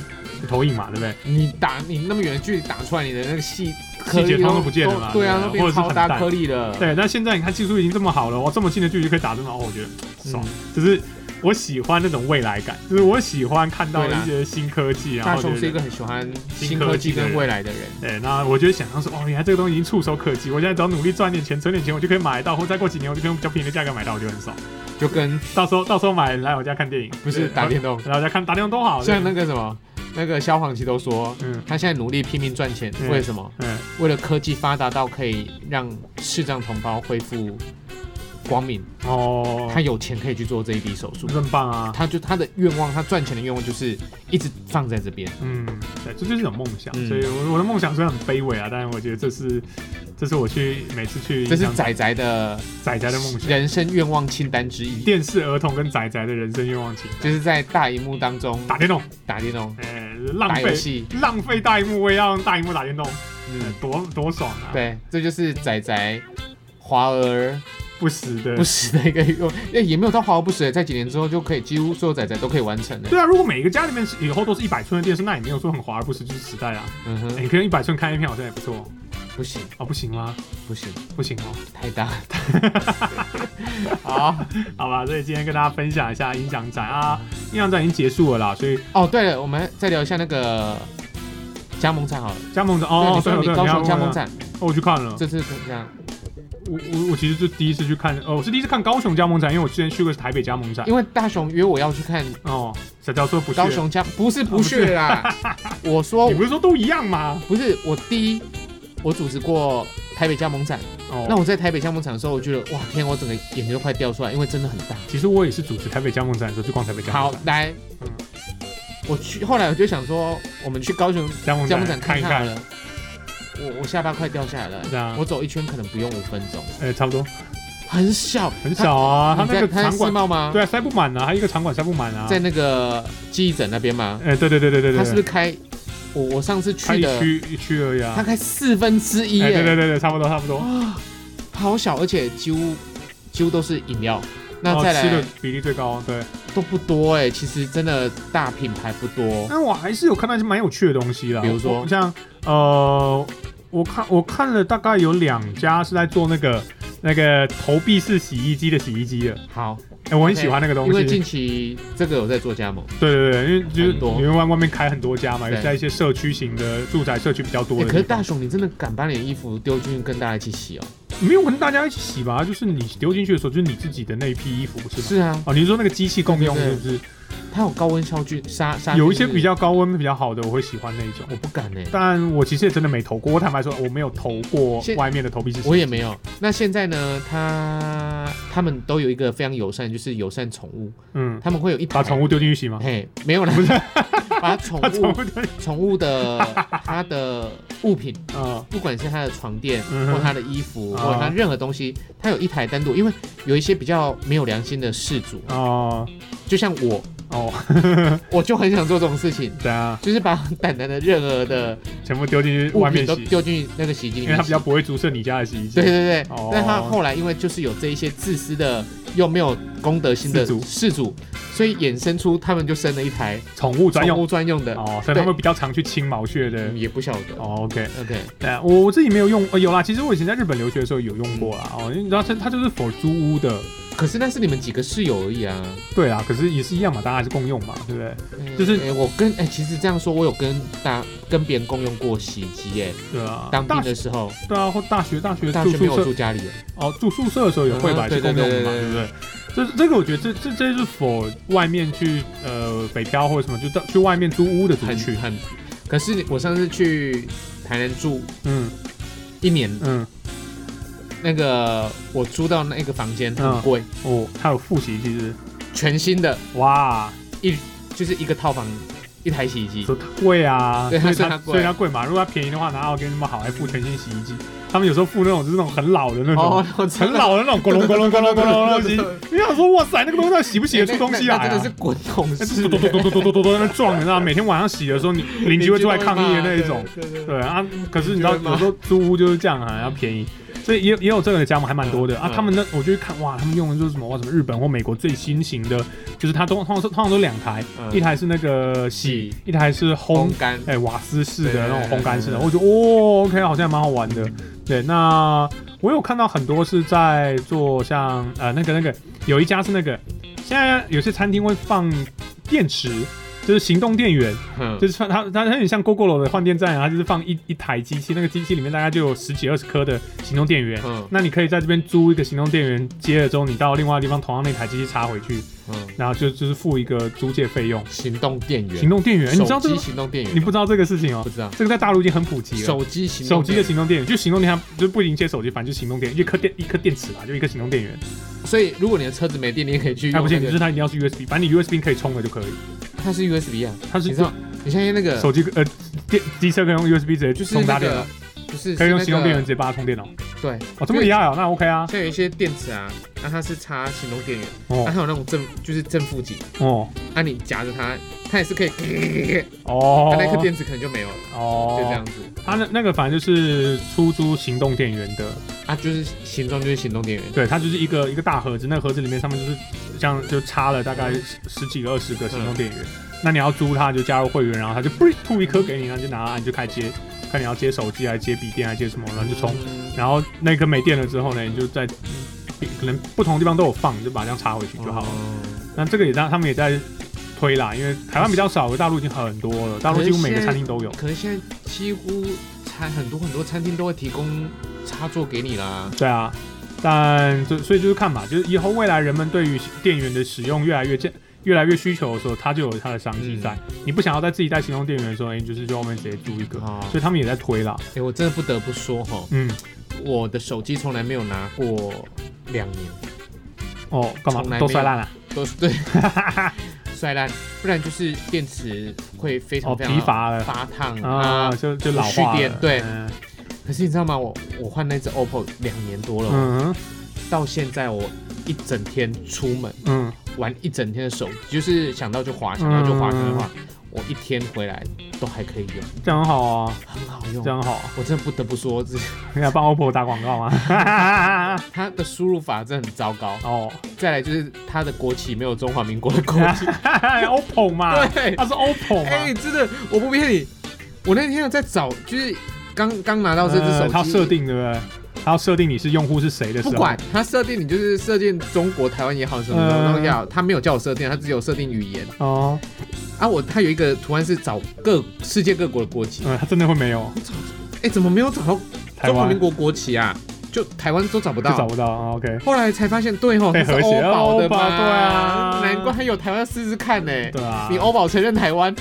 S1: 投影嘛，对不对？
S2: 你打你那么远的距离打出来，你的那个细
S1: 细节
S2: 颗粒
S1: 通都不见了嘛
S2: 对啊，
S1: 对啊
S2: 都变
S1: 或者是
S2: 超
S1: 很
S2: 大
S1: 淡
S2: 颗粒了。
S1: 对，那现在你看技术已经这么好了，哦哇，这么近的距离就可以打这么，哦，我觉得爽。
S2: 嗯
S1: 就是我喜欢那种未来感，就是我喜欢看到
S2: 对啦啊
S1: 一些新科技，啊然
S2: 大
S1: 后
S2: 雄是
S1: 觉
S2: 一个
S1: 得。
S2: 很喜欢
S1: 新
S2: 新
S1: 科
S2: 科
S1: 技
S2: 技
S1: 的人
S2: 跟未来的人。
S1: 对，哎那我就会想象说，哦，原来这个东西已经触手可及，我现在只要努力赚点钱，存点钱，我就可以买到，或再过几年我就可以用比较便宜的价格买到，我就很
S2: *laughs*
S1: 爽。
S2: 就跟
S1: 到时候到时候买来我家看电影，
S2: 不是打电动，
S1: 来我家看打电动多好。
S2: 像那个什么，那个消防器都说，
S1: 嗯
S2: 他现在努力拼命赚钱，
S1: 嗯
S2: 为什么？
S1: 嗯，
S2: 为了科技发达到可以让视障同胞恢复光明，
S1: 哦，
S2: 他有钱可以去做这一笔手术。
S1: 很棒啊。
S2: 他就他的愿望，他赚钱的愿望就是一直放在这边。
S1: 嗯，对，这就是一种梦想。
S2: 嗯
S1: 所以我我的梦想虽然很卑微啊，但是我觉得这是这是我去每次去
S2: 这是
S1: 像
S2: 仔仔的
S1: 仔仔的梦想，
S2: 人生愿望清单之一，
S1: 电视儿童跟仔仔的人生愿望清单。
S2: 就是在大荧幕当中
S1: 打电动，
S2: 打电动、
S1: 呃，浪
S2: 打游
S1: 费
S2: 戏。
S1: 浪费大荧幕，我也要用大荧幕打电动，
S2: 嗯，
S1: 多多爽啊！，
S2: 对，这就是仔仔华而
S1: 不死的，
S2: 不实的一个用，哎，也没有到华而不实，在几年之后就可以几乎所有仔仔都可以完成的。
S1: 对啊，如果每一个家里面是以后都是一百寸的电视，那也没有说很华而不实，就是时代啊。
S2: 嗯
S1: 欸
S2: 哼，
S1: 你可以一百寸看一片，好像也不错。啊
S2: 不行
S1: 哦，不行吗？
S2: 不行，
S1: 不行哦，
S2: 太大了。好，
S1: 好吧，所以今天跟大家分享一下音响展啊，
S2: 嗯
S1: 音响展已经结束了啦，所以
S2: 哦，对了，我们再聊一下那个加盟站好了。
S1: 加盟展哦，
S2: 对
S1: 对
S2: 你说
S1: 对，
S2: 你高
S1: 要
S2: 雄
S1: 问
S2: 加盟
S1: 啊，
S2: 站
S1: 哦，我去看了，
S2: 这次怎么样？
S1: 我我我其实就第一次去看，哦，我是第一次看高雄加盟展，因为我之前去过台北加盟展
S2: 因，为大雄约我要去看
S1: 哦，小教说不去，
S2: 高雄加，不是不是啦，我说
S1: 你不是说都一样吗？
S2: 不是我第一，我组织过台北加盟展。
S1: 哦，
S2: 那我在台北项目场的时候，我觉得哇天，我整个眼睛都快掉出来，因为真的很大。
S1: 其实我也是主持台北加盟展的时候去逛台北加盟
S2: 好
S1: 展，，
S2: 来
S1: 嗯，
S2: 我去，后来我就想说，我们去高雄
S1: 加盟
S2: 项目
S1: 展
S2: 展
S1: 看
S2: 看
S1: 一
S2: 看好
S1: 看，
S2: 了。我我下巴快掉下来了，
S1: 是啊
S2: 我走一圈可能不用五分钟，
S1: 呃，差不多，
S2: 很小
S1: 很小啊，他
S2: 它你
S1: 那
S2: 在
S1: 个
S2: 它在
S1: 场
S2: 世
S1: 馆，
S2: 贸吗？
S1: 对啊，塞不满啊，他一个场馆塞不满啊，
S2: 在那个记忆枕那边吗？
S1: 呃，对对对对对对，
S2: 它是不是开？我我上次
S1: 它
S2: 去
S1: 一
S2: 的，
S1: 区一区而已啊
S2: 它，开四分之一
S1: 哎，对对
S2: 耶，啊
S1: 对对，差不多差不多，
S2: 哇，好小，而且几乎几乎都是饮料。那
S1: 哦
S2: 再
S1: 吃
S2: 来
S1: 的比例最高，对，
S2: 都不多哎，其实真的大品牌不多。
S1: 但我还是有看到一些蛮有趣的东西啦，
S2: 比如说
S1: 我像呃，我看我看了大概有两家是在做那个那个投币式洗衣机的洗衣机的，
S2: 好，
S1: 哎，我很喜欢那个东
S2: 因为
S1: 西，
S2: 近期这个有在做加盟，
S1: 对对对，因为就是
S2: 很多
S1: 因为外外面开很多家嘛，
S2: 对
S1: 有在一些社区型的住宅社区比较多
S2: 欸
S1: 的地
S2: 可
S1: 方，
S2: 是大雄，你真的敢把你的衣服丢进去跟大家一起洗哦？
S1: 没有跟大家一起洗吧，就是你丢进去的时候，就是你自己的那一批衣服，不是吗？
S2: 是啊，
S1: 哦，你是说那个机器共用
S2: 对
S1: 是
S2: 对
S1: 不是？
S2: 它有高温消菌杀杀，
S1: 有一些比较高温比较好的，我会喜欢那一种。
S2: 我不敢哎、
S1: 但我其实也真的没投过，我坦白说我没有投过
S2: 现
S1: 外面的投币式洗衣机，
S2: 我也没有。那现在呢？他他们都有一个非常友善，就是友善宠物，
S1: 嗯，
S2: 他们会有一台
S1: 把宠物丢进去洗吗？
S2: 嘿没有啦， *laughs* 把宠
S1: 把宠
S2: 物
S1: 物丢进去，
S2: 宠物的它的物品，
S1: 啊，
S2: 不管是它的床垫
S1: 嗯哼
S2: 或它的衣服
S1: 哦
S2: 或它任何东西，它有一台单独，因为有一些比较没有良心的事主，啊
S1: 哦
S2: 就像我，
S1: 哦，
S2: 我就很想做这种事情。
S1: 对啊，
S2: 就是把蛋蛋的任何的
S1: 全部丢进去
S2: 物
S1: 外
S2: 品
S1: 面
S2: 都
S1: 洗，
S2: 丢进那个洗衣机里
S1: 因为它
S2: 面
S1: 比
S2: 洗
S1: 较。不会注射你家的洗衣机。
S2: 对对对
S1: 哦，
S2: 但他后来因为就是有这一些自私的又没有公德心的
S1: 事主
S2: 事主，所以衍生出他们就生了一台
S1: 宠物专
S2: 宠
S1: 用
S2: 物专用的，
S1: 哦，所以他们比较常去清毛屑的。
S2: 嗯也不晓得。
S1: 哦，OK，
S2: OK，
S1: 对，我我自己没有用，呃，有啦。其实我以前在日本留学的时候有用过啦。哦，因为你知道它它就是 for 租屋的，
S2: 可是那是你们几个室友而已啊，
S1: 对啦。可是也是一样嘛，大家还是共用嘛，对不对？
S2: 嗯
S1: 就是
S2: 哎我跟哎，其实这样说，我有跟大跟别人共用过洗衣机，哎，
S1: 对啊。
S2: 当兵
S1: 大
S2: 的时候，
S1: 对啊，或大学大学
S2: 大
S1: 住
S2: 学没
S1: 宿
S2: 有
S1: 舍
S2: 住家里，哎
S1: 哦，住宿舍的时候也会吧，
S2: 嗯
S1: 也是共用的嘛，对
S2: 对对对对
S1: 不对？这这个我觉得这这这是否外面去呃北漂或者什么，就到去外面租屋的族
S2: 很
S1: 群，
S2: 很。可是我上次去台南住
S1: 嗯
S2: 一年，
S1: 嗯
S2: 那个我租到那个房间很贵，
S1: 哦，还有复习其实
S2: 全新的，
S1: 哇，
S2: 就是一个套房，一台洗衣机。
S1: 说它贵啊，
S2: 对
S1: 所以
S2: 它
S1: 它
S2: 贵
S1: 所以它贵嘛。如果它便宜的话，哪有给你们好还付全新洗衣机？他们有时候付那种就是那种很老的那种。
S2: 哦，我知道
S1: 很老的那种咕隆咕隆咕隆咕隆的东西，你想说哇塞，那个东西到底洗不洗得出东西来
S2: 哎那那那真的是
S1: 啊？
S2: 滚筒式
S1: 嘟嘟嘟嘟嘟嘟嘟嘟在那撞，你知道吗每天晚上洗的时候，你邻居会出来抗议的那一种。。
S2: 对对对
S1: 对啊，可是你知道，
S2: 你觉得吗
S1: 有时候租屋就是这样啊，要便宜，所以也也有这个的加盟还蛮多的啊
S2: 嗯。嗯
S1: 他们那我就去看哇，他们用的就是什么哇，什么日本或美国最新型的，就是它都通常通常都两台，
S2: 嗯
S1: 一台是那个洗
S2: 洗，
S1: 一台是烘
S2: 烘，干，
S1: 哎瓦斯式
S2: 对
S1: 的
S2: 对
S1: 那种
S2: 对
S1: 烘干式的，
S2: 对
S1: 我觉得哦，OK，好像还蛮好玩的。对，那我有看到很多是在做像呃那个那个有一家是那个，现在有些餐厅会放电池，就是行动电源。
S2: 嗯
S1: 就是放它，它它很像 GoGoRo 的换电站啊，它就是放一一台机器，那个机器里面大概就有十几二十颗的行动电源。
S2: 嗯
S1: 那你可以在这边租一个行动电源，接了之后，你到另外地方同样那台机器插回去，
S2: 嗯，
S1: 然后就就是付一个租借费用。
S2: 行动电源，
S1: 行动电源，哎你知道这
S2: 手
S1: 个
S2: 机？行动电源，
S1: 你不知道这个事情哦
S2: 不、知道？
S1: 这个在大陆已经很普及了。
S2: 手机行
S1: 手
S2: 动
S1: 机
S2: 电
S1: 的
S2: 源，
S1: 行动电源，就行动电源，它就不仅接手机，反正就行动电源，一颗电一颗电池吧，就一颗行动电源。
S2: 所以如果你的车子没电，你也可以去
S1: 哎，不
S2: 用那
S1: 行，就是
S2: 个。
S1: 它一定要是 USB，反正你 USB 可以充的就可以。
S2: 它是 USB 啊，
S1: 它是
S2: 你知道？你现在那个
S1: 手机呃电机车可以用 USB 直
S2: 就
S1: 接
S2: 是
S1: 充
S2: 那
S1: 大电脑
S2: 个，，不是
S1: 可以用
S2: 是那个
S1: 行动电源直接把它充电脑。
S2: 对，
S1: 哦，这么厉害哦，那 OK 啊。
S2: 像有一些电池啊，那、它是插行动电源，那、
S1: 哦
S2: 还有那种正就是正负极，
S1: 哦
S2: 那、你夹着它，它也是可以，它、
S1: 哦，
S2: 那颗电池可能就没有了，
S1: 哦，
S2: 就这样。子。
S1: 它那那个反正就是出租行动电源的，
S2: 啊，就是形状就是行动电源，
S1: 对，它就是一个一个大盒子，那个盒子里面上面就是像就插了大概十十几个二十个行动电源。那你要租它，就加入会员，然后它就嘣吐一颗给你，然后就拿，你就开接。看你要接手机还是接笔电还是接什么，然后就充。
S2: 嗯
S1: 然后那颗没电了之后呢，你就在可能不同地方都有放，你就把它这样插回去就好了。
S2: 哦
S1: 那这个也在他们也在推啦，因为台湾比较少，大陆已经很多了，大陆几乎每个餐厅都有。
S2: 可能现在几乎餐很多很多餐厅都会提供插座给你啦。
S1: 对啊，但这所以就是看嘛，就是以后未来人们对于电源的使用越来越健。越来越需求的时候，它就有它的商机在。
S2: 嗯
S1: 你不想要在自己带行动电源的时候，哎、你就是去外面直接租一个，
S2: 哦
S1: 所以他们也在推啦。
S2: 哎、我真的不得不说哈，
S1: 嗯，
S2: 我的手机从来没有拿过两年，
S1: 哦，干
S2: 从来没
S1: 嘛
S2: 有
S1: 都摔烂了？*laughs*
S2: 都是对摔烂，不然就是电池会非
S1: 哦，
S2: 常非常
S1: 疲乏了
S2: 发烫
S1: 啊、
S2: 啊。
S1: 就就老化
S2: 蓄
S1: 了
S2: 电。对
S1: 嗯
S2: 可是你知道吗？我我换那只 OPPO 两年多了，
S1: 嗯
S2: 到现在我一整天出门
S1: 嗯，
S2: 玩一整天的手机，就是想到就滑，想到就滑，
S1: 嗯
S2: 想到就滑，我一天回来都还可以用，
S1: 这样很好啊，
S2: 很好
S1: 这
S2: 用。
S1: 样好啊，
S2: 我真的不得不说，这
S1: 你来帮 OPPO 打广告
S2: *laughs*
S1: 吗？
S2: 它的输入法真的很糟糕。
S1: 哦 *laughs*
S2: 再来就是它的国旗没有中华民国的国旗，
S1: ，OPPO 嘛， *laughs*
S2: 对，
S1: 它是 OPPO
S2: 哎、
S1: 嘛，
S2: 真的，我不骗你，我那天有在找，就是刚刚拿到这只
S1: 呃它要
S2: 手
S1: 设
S2: 机，
S1: 定对不对？它要设定你是用户是谁的时
S2: 不
S1: 候，
S2: 管它设定你就是设定中国台湾也好什么什
S1: 嗯
S2: 么东西也好，它没有叫我设定，它只有设定语言
S1: 哦，
S2: 啊。我它有一个图案是找各世界各国的国旗，
S1: 嗯，它真的会没有
S2: 哎、怎么没有找到
S1: 台
S2: 中华
S1: 湾
S2: 民
S1: 就
S2: 国国旗啊？就台湾都找不
S1: 找
S2: 到。
S1: 不到啊，OK，
S2: 后来才发现，对吼，
S1: 被
S2: 它是
S1: 和
S2: 欧
S1: 谐哦
S2: 宝的嘛，
S1: 欧宝对啊
S2: 难怪还有台湾试试看呢、
S1: 对啊，
S2: 你哦欧宝承认台湾，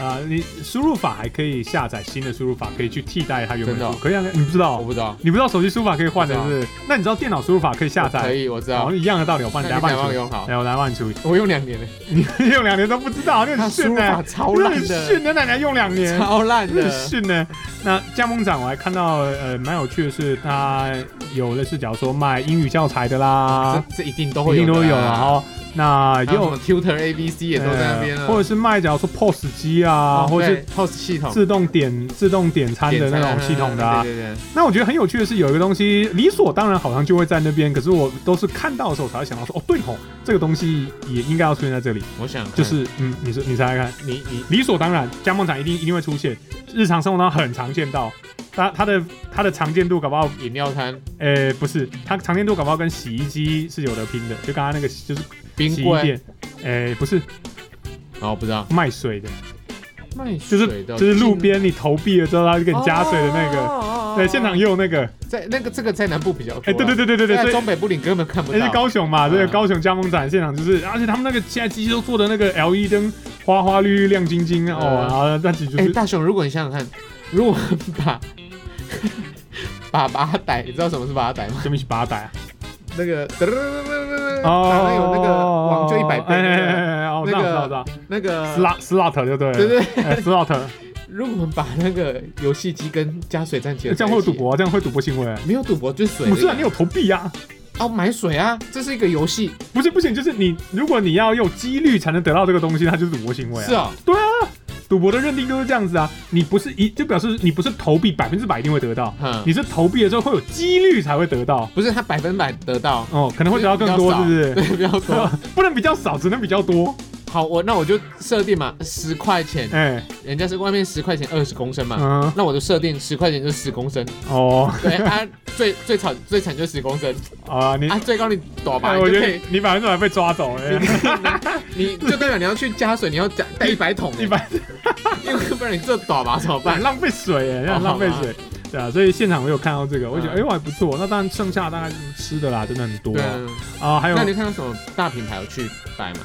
S1: 啊，你输入法还可以下载新的输入法，可以去替代它原本
S2: 真的
S1: 的
S2: 哦
S1: 输入，可以啊，你不知道
S2: 我不知道，
S1: 你不知道手机输入法可以换的
S2: 不知
S1: 是？那你知道电脑输入法可以下
S2: 可
S1: 载？
S2: 以，我知
S1: 好
S2: 道
S1: 像。一样的道理，我哦帮
S2: 那
S1: 你
S2: 你
S1: 来
S2: 台湾
S1: 帮你
S2: 用好，
S1: 来，哎我来帮你处理。
S2: 我用两年了。
S1: 你用两年都不知道，你
S2: 他
S1: 很
S2: 输入
S1: 逊
S2: 法
S1: 呢，
S2: 超
S1: 你
S2: 烂
S1: 很逊
S2: 的，
S1: 呢，那你还用两年？
S2: 超烂
S1: 日
S2: 的。
S1: 训呢？那加盟展我还看到，呃，蛮有趣的是，它有的是假如说卖英语教材的啦，
S2: 这这一定都
S1: 啊一
S2: 会
S1: 定都有，
S2: 啊的
S1: 然
S2: 啊
S1: 后那
S2: 还有什
S1: 又
S2: 么 Tutor ABC 也都在那边
S1: 呃
S2: 了，哦
S1: 或者是卖假如说 POS 机啊，或者是
S2: POS 系统
S1: 自动点自动点餐的那种系统的啊。
S2: 嗯对对对，
S1: 那我觉得很有趣的是，有一个东西理所当然好像就会在那边，可是我都是看到的时候才会想到说，哦，对吼，这个东西也应该要出现在这里。
S2: 我想
S1: 就是，嗯，你说你猜猜看，
S2: 你你
S1: 理所当然，加盟厂一定一定会出现，日常生活当中很常见到。它它的它的常见度搞不好，
S2: 饮料摊、
S1: 呃，不是，它常见度搞不好跟洗衣机是有得拼的。就刚刚那个就是洗
S2: 冰
S1: 衣
S2: 柜，
S1: 店，呃，不是
S2: 哦，不知道，
S1: 卖水的，
S2: 卖
S1: 就是
S2: 水的
S1: 就是路边你投币了之后，他就给
S2: 进
S1: 你加水的那个。
S2: 哦
S1: 对，哦现场也有那个，
S2: 在那个这个在南部比较多啊，
S1: 哎，对对对对对对，
S2: 在
S1: 所以
S2: 中北部你根本看不
S1: 而且
S2: 到。
S1: 高雄嘛，对，
S2: 嗯
S1: 高雄加盟展现场就是，而且他们那个现在机器都做的那个 LED 灯，花花绿绿亮晶晶哦，
S2: 嗯
S1: 然后那其实就
S2: 哎，
S1: 是
S2: 大雄，如果你想想看，如果把把把逮，你知道什么是把逮吗？
S1: 这么一起把它
S2: *laughs*
S1: 啊。
S2: 那个噔噔噔噔噔噔，
S1: 哦，
S2: 然后有那个网就一百倍
S1: 哎哎
S2: 那个，
S1: 哎哎，哦我知道，我知道，我知道
S2: 那个，
S1: ，slot slot 就对了，
S2: 对对，
S1: 哎，slot，
S2: 如果我们把那个游戏机跟加水站结
S1: 这样
S2: 合，
S1: 会有赌？博啊，这样会有赌博行为啊。
S2: 没有赌博，就是水而已。
S1: 不是啊，你有投币啊？
S2: 哦，买水啊，这是一个游戏，
S1: 不是不行，就是你如果你要用几率才能得到这个东西，它就是赌博行为
S2: 是
S1: 啊。
S2: 哦，
S1: 赌博的认定就是这样子啊，你不是一就表示你不是投币百分之百一定会得到，
S2: 哼，
S1: 你是投币的时候会有几率才会得
S2: *laughs*
S1: 到。
S2: 不是他百分百得到，
S1: 哦，可能会得到更多，是不是？
S2: 对，不要说。
S1: 不能比较少，只能比较多。
S2: 好，我那我就设定嘛，十块钱，
S1: 哎、
S2: 人家是外面十块钱二十公升嘛，
S1: 嗯，
S2: 那我就设定十块钱就十公升，
S1: 哦，
S2: 对啊，最最惨最惨就十公升
S1: 啊，你，
S2: 啊，最高你多吧，
S1: 哎
S2: 你
S1: 我
S2: 就
S1: 觉
S2: 可
S1: 得
S2: 以，
S1: 你百分之百被抓走了，
S2: *laughs*
S1: 哎
S2: 你就代表你要去加水，你要加带一百桶，
S1: 一百
S2: 因为不然你这倒吧怎么
S1: 百
S2: 办？
S1: 浪费水，哎，很浪费
S2: *laughs*
S1: 水。对啊，所以现场我有看到这个，我觉得哎、
S2: 嗯
S1: 我还不错。那当然剩下大概就是吃的啦，真的很多
S2: 对
S1: 啊
S2: 啊，
S1: 啊还有
S2: 那你看到什么大品牌有去摆吗？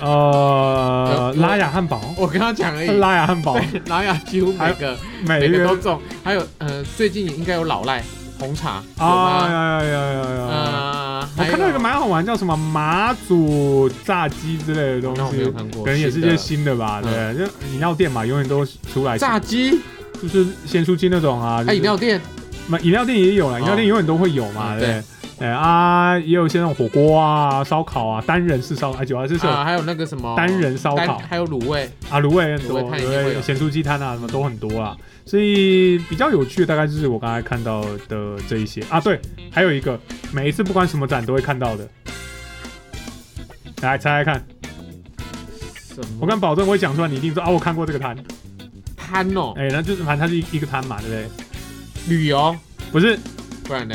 S1: 呃
S2: 有有
S1: 拉雅汉堡，
S2: 我刚刚讲而已，
S1: 拉雅汉堡
S2: *laughs* 对，拉雅几乎每个
S1: 每
S2: 每
S1: 一
S2: 个
S1: 个
S2: 都中，还有呃，最近应该有老赖红茶有
S1: 啊
S2: 吗？
S1: 呀呀呀呀呀！
S2: 呃，
S1: 我
S2: 还有
S1: 看到一个蛮好玩，叫什么马祖炸鸡之类的东
S2: 那我没
S1: 西
S2: 有，看过，
S1: 可能也是
S2: 的嗯
S1: 些新的吧。对，就饮料店嘛，永远都是出来
S2: 炸鸡，
S1: 就是鲜蔬鸡那种啊，就
S2: 哎，
S1: 是
S2: 饮料店
S1: 嘛饮料店也有啦，
S2: 哦
S1: 饮料店永远都会有嘛，
S2: 嗯
S1: 对。哎啊，也有一些那种火锅啊、烧烤啊，单人式烧烤，哎，主要是是有
S2: 啊，还有那个什么
S1: 单人烧
S2: 单
S1: 烤
S2: 还有卤味，
S1: 啊，卤味很多，
S2: 卤味摊一
S1: 卤
S2: 定会
S1: 味
S2: 有
S1: 咸酥鸡摊啊，什么都很多啦。所以比较有趣的大概就是我刚才看到的这一些啊，对，还有一个每一次不管什么展都会看到的，来猜猜看，
S2: 什么？
S1: 我敢保证我会讲出来，你一定说啊，我看过这个摊，
S2: 摊哦，
S1: 哎、那就是反正它是一一个摊嘛，对不对？
S2: 旅游，
S1: 不是
S2: 不然呢？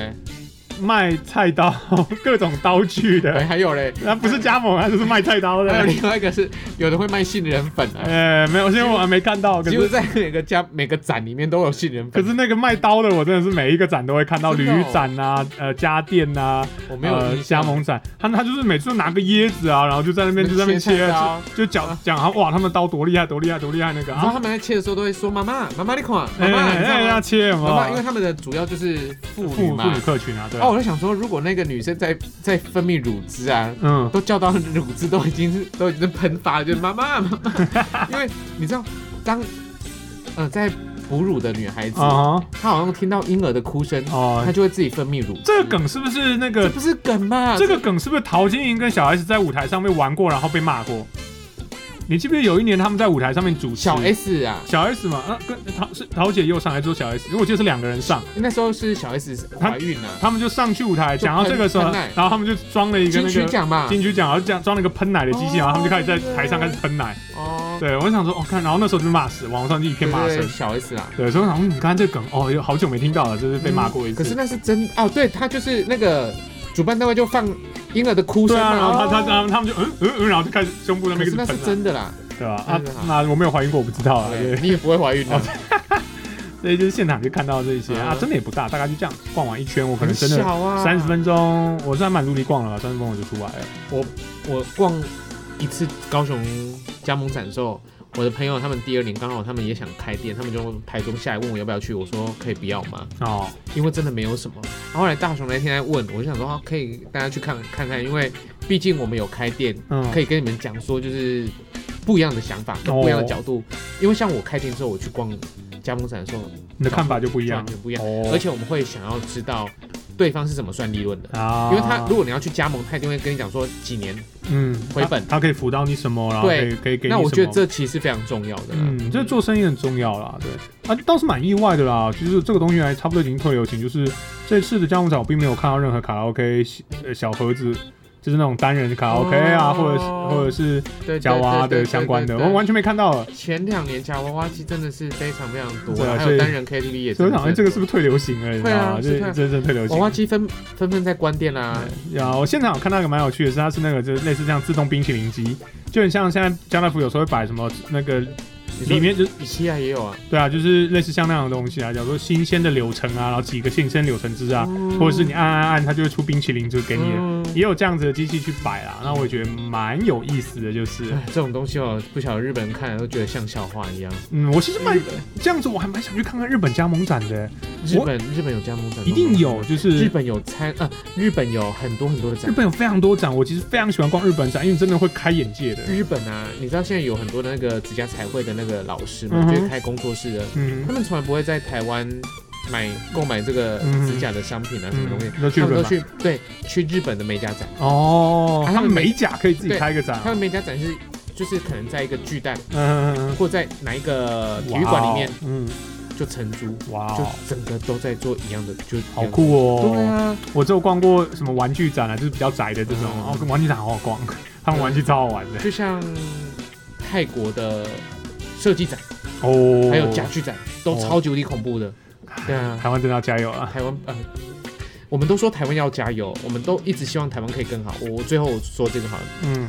S1: 卖菜刀， *laughs* 各种刀具
S2: 哎，
S1: 的，
S2: 还有嘞，
S1: 那不是加盟啊，就是卖菜刀
S2: 还有
S1: 的。
S2: 另外一个是有的会卖杏仁粉啊，
S1: 呃、没有，因为我还没看到，可
S2: 几乎
S1: 是
S2: 在每个家每个展里面都有杏仁
S1: 可
S2: 粉，
S1: 是那个卖刀的，我真的是每一个展都会看到，
S2: 真
S1: 铝
S2: 的哦
S1: 展啊，呃，家电啊，
S2: 我没有
S1: 呃，
S2: 印
S1: 加
S2: 象
S1: 盟展，他他就是每次拿个椰子啊，然后就在那边就在那边切
S2: 切菜刀，
S1: 就讲讲啊，哇，他们刀多厉害，多厉害，多厉害那个
S2: 然后
S1: 啊，
S2: 他们在切的时候都会说：“妈妈，妈妈你看，妈
S1: 哎
S2: 妈，你知道
S1: 哎，要
S2: 吗？
S1: 切什
S2: 妈妈，因为
S1: 么？
S2: 他们的主要就是妇
S1: 妇
S2: 女
S1: 妇
S2: 嘛
S1: 女。客群啊，”对啊
S2: 哦，，我就想说，如果那个女生在在分泌乳汁啊，
S1: 嗯，
S2: *laughs* 都叫到乳汁都已经是都已经喷发了，就是妈妈妈
S1: *laughs*
S2: 妈，因为你知道，当呃在哺乳的女孩子，
S1: 啊哈，
S2: 她好像听到婴儿的哭声，她
S1: 哦，
S2: 就会自己分泌乳汁。
S1: 这个梗是不是那
S2: 这
S1: 个
S2: 不是梗嘛？
S1: 这个梗是不是陶晶莹跟小 S 在舞台上面玩过，然后被骂过？你记不记得有一年他们在舞台上面主持
S2: 小 S 啊，
S1: 小 S 嘛？啊，跟陶是陶姐又上来做小 S，因为我记得是两个人上，
S2: 那时候是小 S 怀孕了、啊，
S1: 他们就上去舞台
S2: 就
S1: 讲到这个时候，
S2: 喷奶
S1: 然后他们就装了一个
S2: 金
S1: 那
S2: 曲
S1: 个
S2: 奖嘛。
S1: 金曲奖，然后讲装了一个喷奶的机器，然后他们就开始在
S2: 哦
S1: 台上开始喷奶。
S2: 哦，
S1: 对，我想说，哦，看，然后那时候就骂死，网上就一片骂
S2: 对
S1: 声
S2: 对。小 S 啊啦。
S1: 对，所以我想，嗯，刚才这个梗，哦，有好久没听到了，就是被骂过一次。
S2: 可是那是真哦，对他就是那个主办单位就放婴儿的哭
S1: 对
S2: 声
S1: 啊，
S2: 嘛
S1: 然后他他
S2: 哦
S1: 他他们就嗯嗯嗯，然后就开始胸部那
S2: 可
S1: 边
S2: 是
S1: 开始
S2: 那是
S1: 喷奶，
S2: 真的啦，
S1: 对吧？啊
S2: 真的啊，
S1: 那我没有怀孕过，我不知道啊。对
S2: 对，你也不会怀孕的
S1: 哦，所以就是现场就看到这些
S2: 嗯
S1: 啊，真的也不大，大概就这样逛完一圈，我可能真
S2: 很
S1: 的
S2: 小啊，
S1: 三十。分钟，我算蛮努力逛了，三十分钟我就出来了。
S2: 我逛一次高雄加盟展的时候，我的朋友他们第二年刚好他们也想开店，他们就台中下来问我要不要去，我说可以不要吗？
S1: 哦，
S2: 因为真的没有什么。然后后来大雄那天在问，我就想说、啊、可以大家去看看看，因为毕竟我们有开店，
S1: 嗯，
S2: 可
S1: 以，
S2: 以跟你们讲说就是不一样的想法跟
S1: 哦
S2: 不一样的角度。因为像我开店之后，我去逛加盟展的时候，
S1: 你的看法就不一样
S2: 完全不一样，
S1: 哦
S2: 而且我们会想要知道对方是怎么算利润的。
S1: 啊，
S2: 因为他如果你要去加盟，他一定会跟你讲说几年。
S1: 嗯
S2: 回本
S1: 他他可以辅导你什么，然后可
S2: 对
S1: 以可以给你
S2: 那我觉得
S1: 什么。
S2: 这其实非常重要的啦。
S1: 嗯，这做生意很重要啦，对啊，倒是蛮意外的啦。其实这个东西还差不多已经退流行，就是这次的加盟展我并没有看到任何卡拉 OK 小呃小盒子，就是那种单人卡拉 OK 啊，
S2: 哦
S1: 或者是或者是
S2: 对
S1: 夹娃娃的相关的，我完全没看到了。
S2: 全前两年夹娃娃机真的是非常非常多
S1: 对啊
S2: 啊，还
S1: 所以
S2: 有单人 KTV 也
S1: 所
S2: 真
S1: 以我
S2: 的很
S1: 想，
S2: 多。
S1: 哎，这个是不是退流行了？你知
S2: 对啊
S1: 道吗？
S2: 是
S1: 这
S2: 退啊
S1: 这是退流
S2: 娃
S1: 行。
S2: 娃机纷纷纷在关店啦、
S1: 然后现场有看到一个蛮有趣的是，它是那个就是类似这样自动冰淇淋机，就很像现在家乐福有时候会摆什么那个
S2: 你说
S1: 里面就
S2: 比西亚也有啊，
S1: 对啊，就是类似像那样的东西啊，叫做新鲜的柳橙啊，然后几个新鲜柳橙汁啊，
S2: 嗯
S1: 或者是你按按按，它就会出冰淇淋就给你了。
S2: 嗯
S1: 也有这样子的机器去摆啦，那我也觉得蛮有意思的，就是，
S2: 哎，这种东西哦，不晓得日本人看了都觉得像笑话一样。
S1: 嗯，我其实蛮
S2: 日本
S1: 这样子，我还蛮想去看看日本加盟展的，
S2: 日
S1: 我
S2: 本日本有加盟展，
S1: 一定。有，就
S2: 日
S1: 是
S2: 本有参啊，日本有很多很多的
S1: 日
S2: 展。
S1: 本有非常多展，我其实非常喜欢逛日本展，因为真的会开眼界的，
S2: 日本啊，你知道现在有很多的那个指甲彩绘的那个老师嘛
S1: 嗯，哼
S2: 就是开工作室的，
S1: 嗯
S2: 他们从来不会在台湾买购买这个
S1: 嗯
S2: 指甲的商品啊，什么东西
S1: 嗯，，都去
S2: 他
S1: 日
S2: 们
S1: 本
S2: 都
S1: 吧
S2: 去对去日本的美甲展，
S1: 哦，
S2: 啊
S1: 他
S2: 他
S1: 们
S2: 们美
S1: 美甲可以自己
S2: 对
S1: 开一个展哦，
S2: 他们美甲展是就是可能在一个巨蛋
S1: 嗯嗯嗯
S2: 或在哪一个
S1: 嗯
S2: 体育馆里面
S1: 哇哦嗯，
S2: 就承租，
S1: 哇
S2: 就
S1: 哦，
S2: 整个都在做一样的，就
S1: 好。酷哦！
S2: 对啊，
S1: 我只有逛过什么玩具展啊，就是比较窄的这种，
S2: 嗯
S1: 哦，玩具展好好逛， *laughs* 他们玩具超好玩的
S2: 就像泰国的设计展，
S1: 哦。
S2: *laughs* 还有家具展，都超级无敌恐怖的。对啊，
S1: 台湾真的要加油啊！
S2: 台湾呃，我们都说台湾要加油，我们都一直希望台湾可以更好。我我最后说这个好了，
S1: 嗯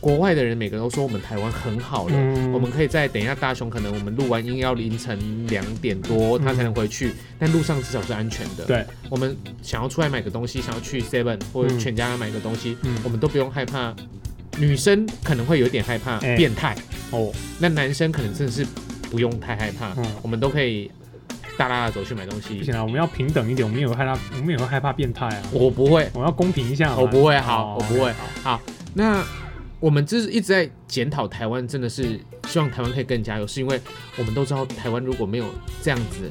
S2: 国外的人每个都说我们台湾很好了。
S1: 嗯，
S2: 我们可以在等一下，大雄可能我们录完音要凌晨两点多，他才能回去，但路上至少是安全的。
S1: 嗯对，
S2: 我们想要出来买个东西，想要去 Seven 或者
S1: 嗯
S2: 全家买个东西，
S1: 嗯
S2: 我们都不用害怕。女生可能会有点害怕
S1: 哎
S2: 变态，
S1: 哦
S2: 那男生可能真的是不用太害怕，
S1: 嗯
S2: 我们都可以大拉拉走去买东
S1: 不
S2: 西。
S1: 行啊，我们要平等一点，我们也有害怕，我们也会害怕变态啊，
S2: 我不会，
S1: 我们要公平一下嘛。
S2: 我不会
S1: 哦
S2: 好我不会
S1: 好
S2: 那我们就是一直在检讨台湾，真的是希望台湾可以更加油，是因为我们都知道台湾如果没有这样子，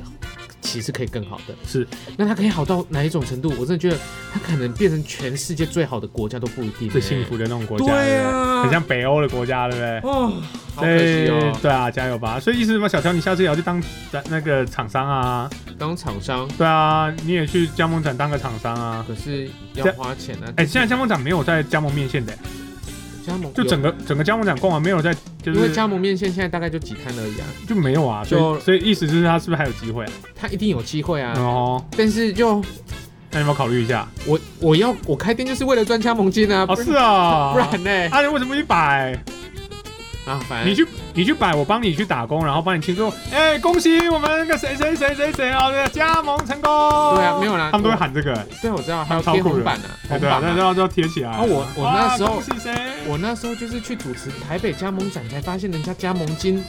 S2: 其实可以更好的。
S1: 是，
S2: 那它可以好到哪一种程度？我真的觉得它可能变成全世界最好的国家都不一定、欸
S1: 最幸福的那种国家，
S2: 对
S1: 对不对
S2: 啊
S1: 很像北欧的国家，对不对？
S2: 哦，好可惜哦
S1: 对。对啊，加油吧！所以意思是什么？小乔，你下次也要去当那个厂商啊？
S2: 当厂商
S1: 对啊，你也去加盟展当个厂商啊？
S2: 可是要
S1: 这
S2: 花钱啊。
S1: 哎、现在加盟展没有在加盟面线的、
S2: 现加盟
S1: 哎就
S2: 有
S1: 整个整个加盟展逛完没有在，就
S2: 因为
S1: 是
S2: 加盟面线现在大概就几摊而已啊，
S1: 就没有啊，所
S2: 就
S1: 以所以意思就是他是不是还有机会啊？
S2: 他一定有机会啊。
S1: 哦，
S2: 但是就
S1: 那你们考虑一下
S2: 我我要我开店就是为了赚加盟金啊，
S1: 哦，
S2: 不然
S1: 是啊，
S2: 不然呢？
S1: 啊，你为什么不去摆？
S2: 啊，反
S1: 你
S2: 正
S1: 去你去摆，我帮你去打工，然后帮你庆祝。哎、恭喜我们那个谁谁谁谁谁哦，这个加盟成功。对
S2: 对啊没有啦
S1: 他们都会喊这个、
S2: 对我知道还有
S1: 超
S2: 贴
S1: 酷
S2: 红
S1: 的
S2: 板啊，
S1: 哎
S2: 红
S1: 对啊，
S2: 板
S1: 那
S2: 啊
S1: 都。要都要贴起来。
S2: 啊我我那时候
S1: 哇恭喜谁？
S2: 我那时候就是去主持台北加盟展，才发现人家加盟金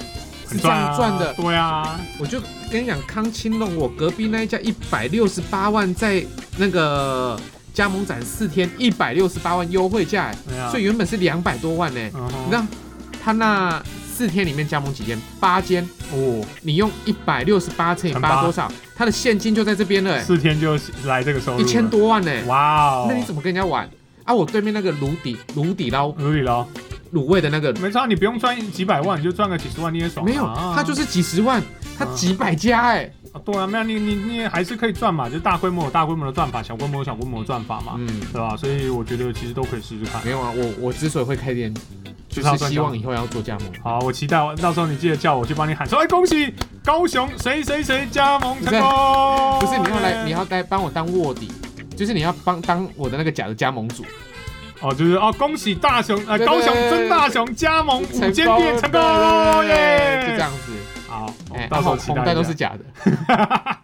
S2: 是
S1: 很
S2: 这样赚的
S1: 啊。对啊，
S2: 我就跟你讲，康青龙，我隔壁那一家一百六十八万，在那个加盟展四天一百六十八万优惠价，
S1: 对啊。
S2: 所以原本是两百多万呢、
S1: 嗯哼
S2: 你知道他那四天里面加盟几间？八间。
S1: 哦，
S2: 你用一百六十八乘以
S1: 乘
S2: 八
S1: 八
S2: 多少？他的现金就在这边了、欸，
S1: 四天就来这个收入
S2: 一
S1: 了，
S2: 千多万呢、
S1: 哇哦！
S2: 那你怎么跟人家玩？啊，我对面那个卤底卤底捞
S1: 努力喽，
S2: 卤味的那个，
S1: 没差，你不用赚几百万，你就赚个几十万你也爽啊。
S2: 没有，他就是几十万，他
S1: 啊
S2: 几百家哎、
S1: 啊对啊，没有你你你也还是可以赚嘛，就大规模有大规模的赚法，小规模有小规模的赚法嘛，
S2: 嗯，
S1: 对吧？所以我觉得其实都可以试试看。
S2: 没有啊，我我之所以会开店，就
S1: 知道
S2: 是
S1: 赚
S2: 希
S1: 钱
S2: 望以后要做加盟。
S1: 好，我期待到时候你记得叫我去帮你喊说，哎，恭喜高雄谁谁谁加盟成功。
S2: 不是你要来，你要来帮我当卧底，就是你要帮当我的那个假的加盟主，
S1: 哦，就是哦，恭喜大雄呃
S2: 对对
S1: 高雄
S2: 对
S1: 曾大雄加盟五间店成功
S2: 对对
S1: 耶，
S2: 对就这。样子。
S1: 好，我
S2: 哎
S1: 们，到时候
S2: 啊
S1: 哦期
S2: 红
S1: 待
S2: 红袋
S1: 一
S2: 都
S1: 下
S2: 是。假的，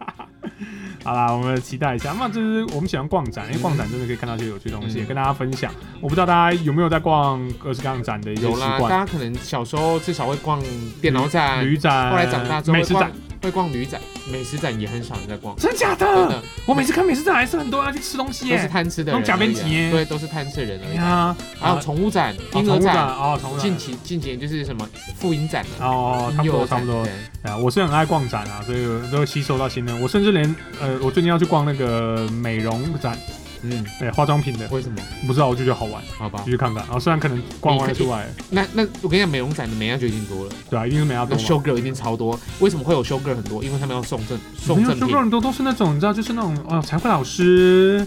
S1: 好啦，我们期待一下。那就是我们喜欢逛展，因为逛展真的可以看到一些有趣的东西，
S2: 嗯
S1: 也跟大家分享。我不知道大家有没有在逛各式各样展的一些
S2: 有
S1: 习
S2: 啦，大
S1: 惯，
S2: 家可能小时候至少会逛电脑展，
S1: 旅展，
S2: 后来长大之后
S1: 美
S2: 会
S1: 食
S2: 逛
S1: 展，
S2: 会逛旅展，美食展也很少人在逛，
S1: 真假
S2: 真
S1: 的？
S2: 的
S1: 我每次看美食展还是很多人要啊去吃东西
S2: 都是
S1: 耶。
S2: 贪吃的
S1: 那种
S2: 人
S1: 假
S2: 而已
S1: 面
S2: 啊，
S1: 骑耶
S2: 对，都是贪吃的人而
S1: 哎
S2: 已啊。
S1: 呀，
S2: 还有宠物展、
S1: 哦
S2: 婴儿
S1: 宠物展
S2: 展，
S1: 哦，宠物展
S2: 近期近几年就是什么复婴展啊，
S1: 哦，差不
S2: 婴幼
S1: 多
S2: 儿
S1: 差不
S2: 展
S1: 多。
S2: 对
S1: 啊，我是很爱逛展啊，所以我都吸收到新的。我甚至连呃，我最近要去逛那个美容展，
S2: 嗯，
S1: 对，化妆品的，
S2: 为什么？
S1: 不知道我就觉得好玩，
S2: 好吧
S1: 就，去看看。然后虽然可能逛完
S2: 你可以
S1: 出来，
S2: 那那我跟你讲，美容展的美亚就已经多了，
S1: 对啊，一定是美亚多
S2: 那
S1: 嘛。
S2: 修 girl 一定超多。为什么会有修 girl 很多？因为他们要送赠送赠
S1: 修
S2: 品
S1: 哥，很多都是那种，你知道，就是那种哦，才会老师，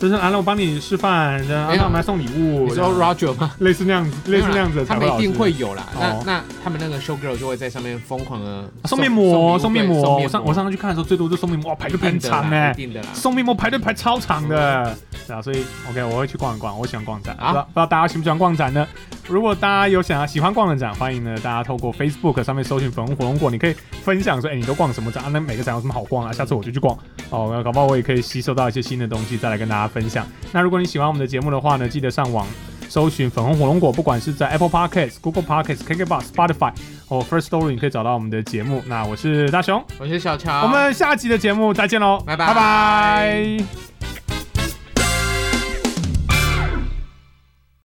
S1: 就是啊，让我帮你示范，然后
S2: 没有
S1: 让我们来送礼
S2: 你
S1: 物，
S2: 说
S1: 然后
S2: Roger 吗？
S1: 类似那样子，
S2: 没
S1: 类
S2: 有
S1: 似
S2: 啦
S1: 那样子的
S2: 他
S1: 才会
S2: 们一
S1: 老师。
S2: 定会有啦。
S1: 哦
S2: 那那他们那个 show girl 就会在上面疯狂的
S1: 送面膜，送面膜，我
S2: 送
S1: 上我上次去看的时候，最多就送面膜，哇，排队排很长哎、
S2: 一定的啦。
S1: 送面膜排队排超长的，对啊，所以 OK，我会去逛一逛，我喜欢逛展。
S2: 啊
S1: 啊、不知道不知道大家喜不喜欢逛展呢？如果大家有想要喜欢逛的展，欢迎呢大家透过 Facebook 上面搜寻粉红火龙果，你可以分享说，哎、你都逛什么展、啊？那每个展有什么好逛啊？下次我就去逛哦，那搞不好我也可以吸收到一些新的东西，再来跟大家分享。那如果你喜欢我们的节目的话呢，记得上网搜寻粉红火龙果，不管是在 Apple Podcast、Google Podcast、KKBox、Spotify 或 First Story，你可以找到我们的节目。那我是大雄，
S2: 我是小乔，
S1: 我们下期的节目再见喽，
S2: 拜拜
S1: 拜拜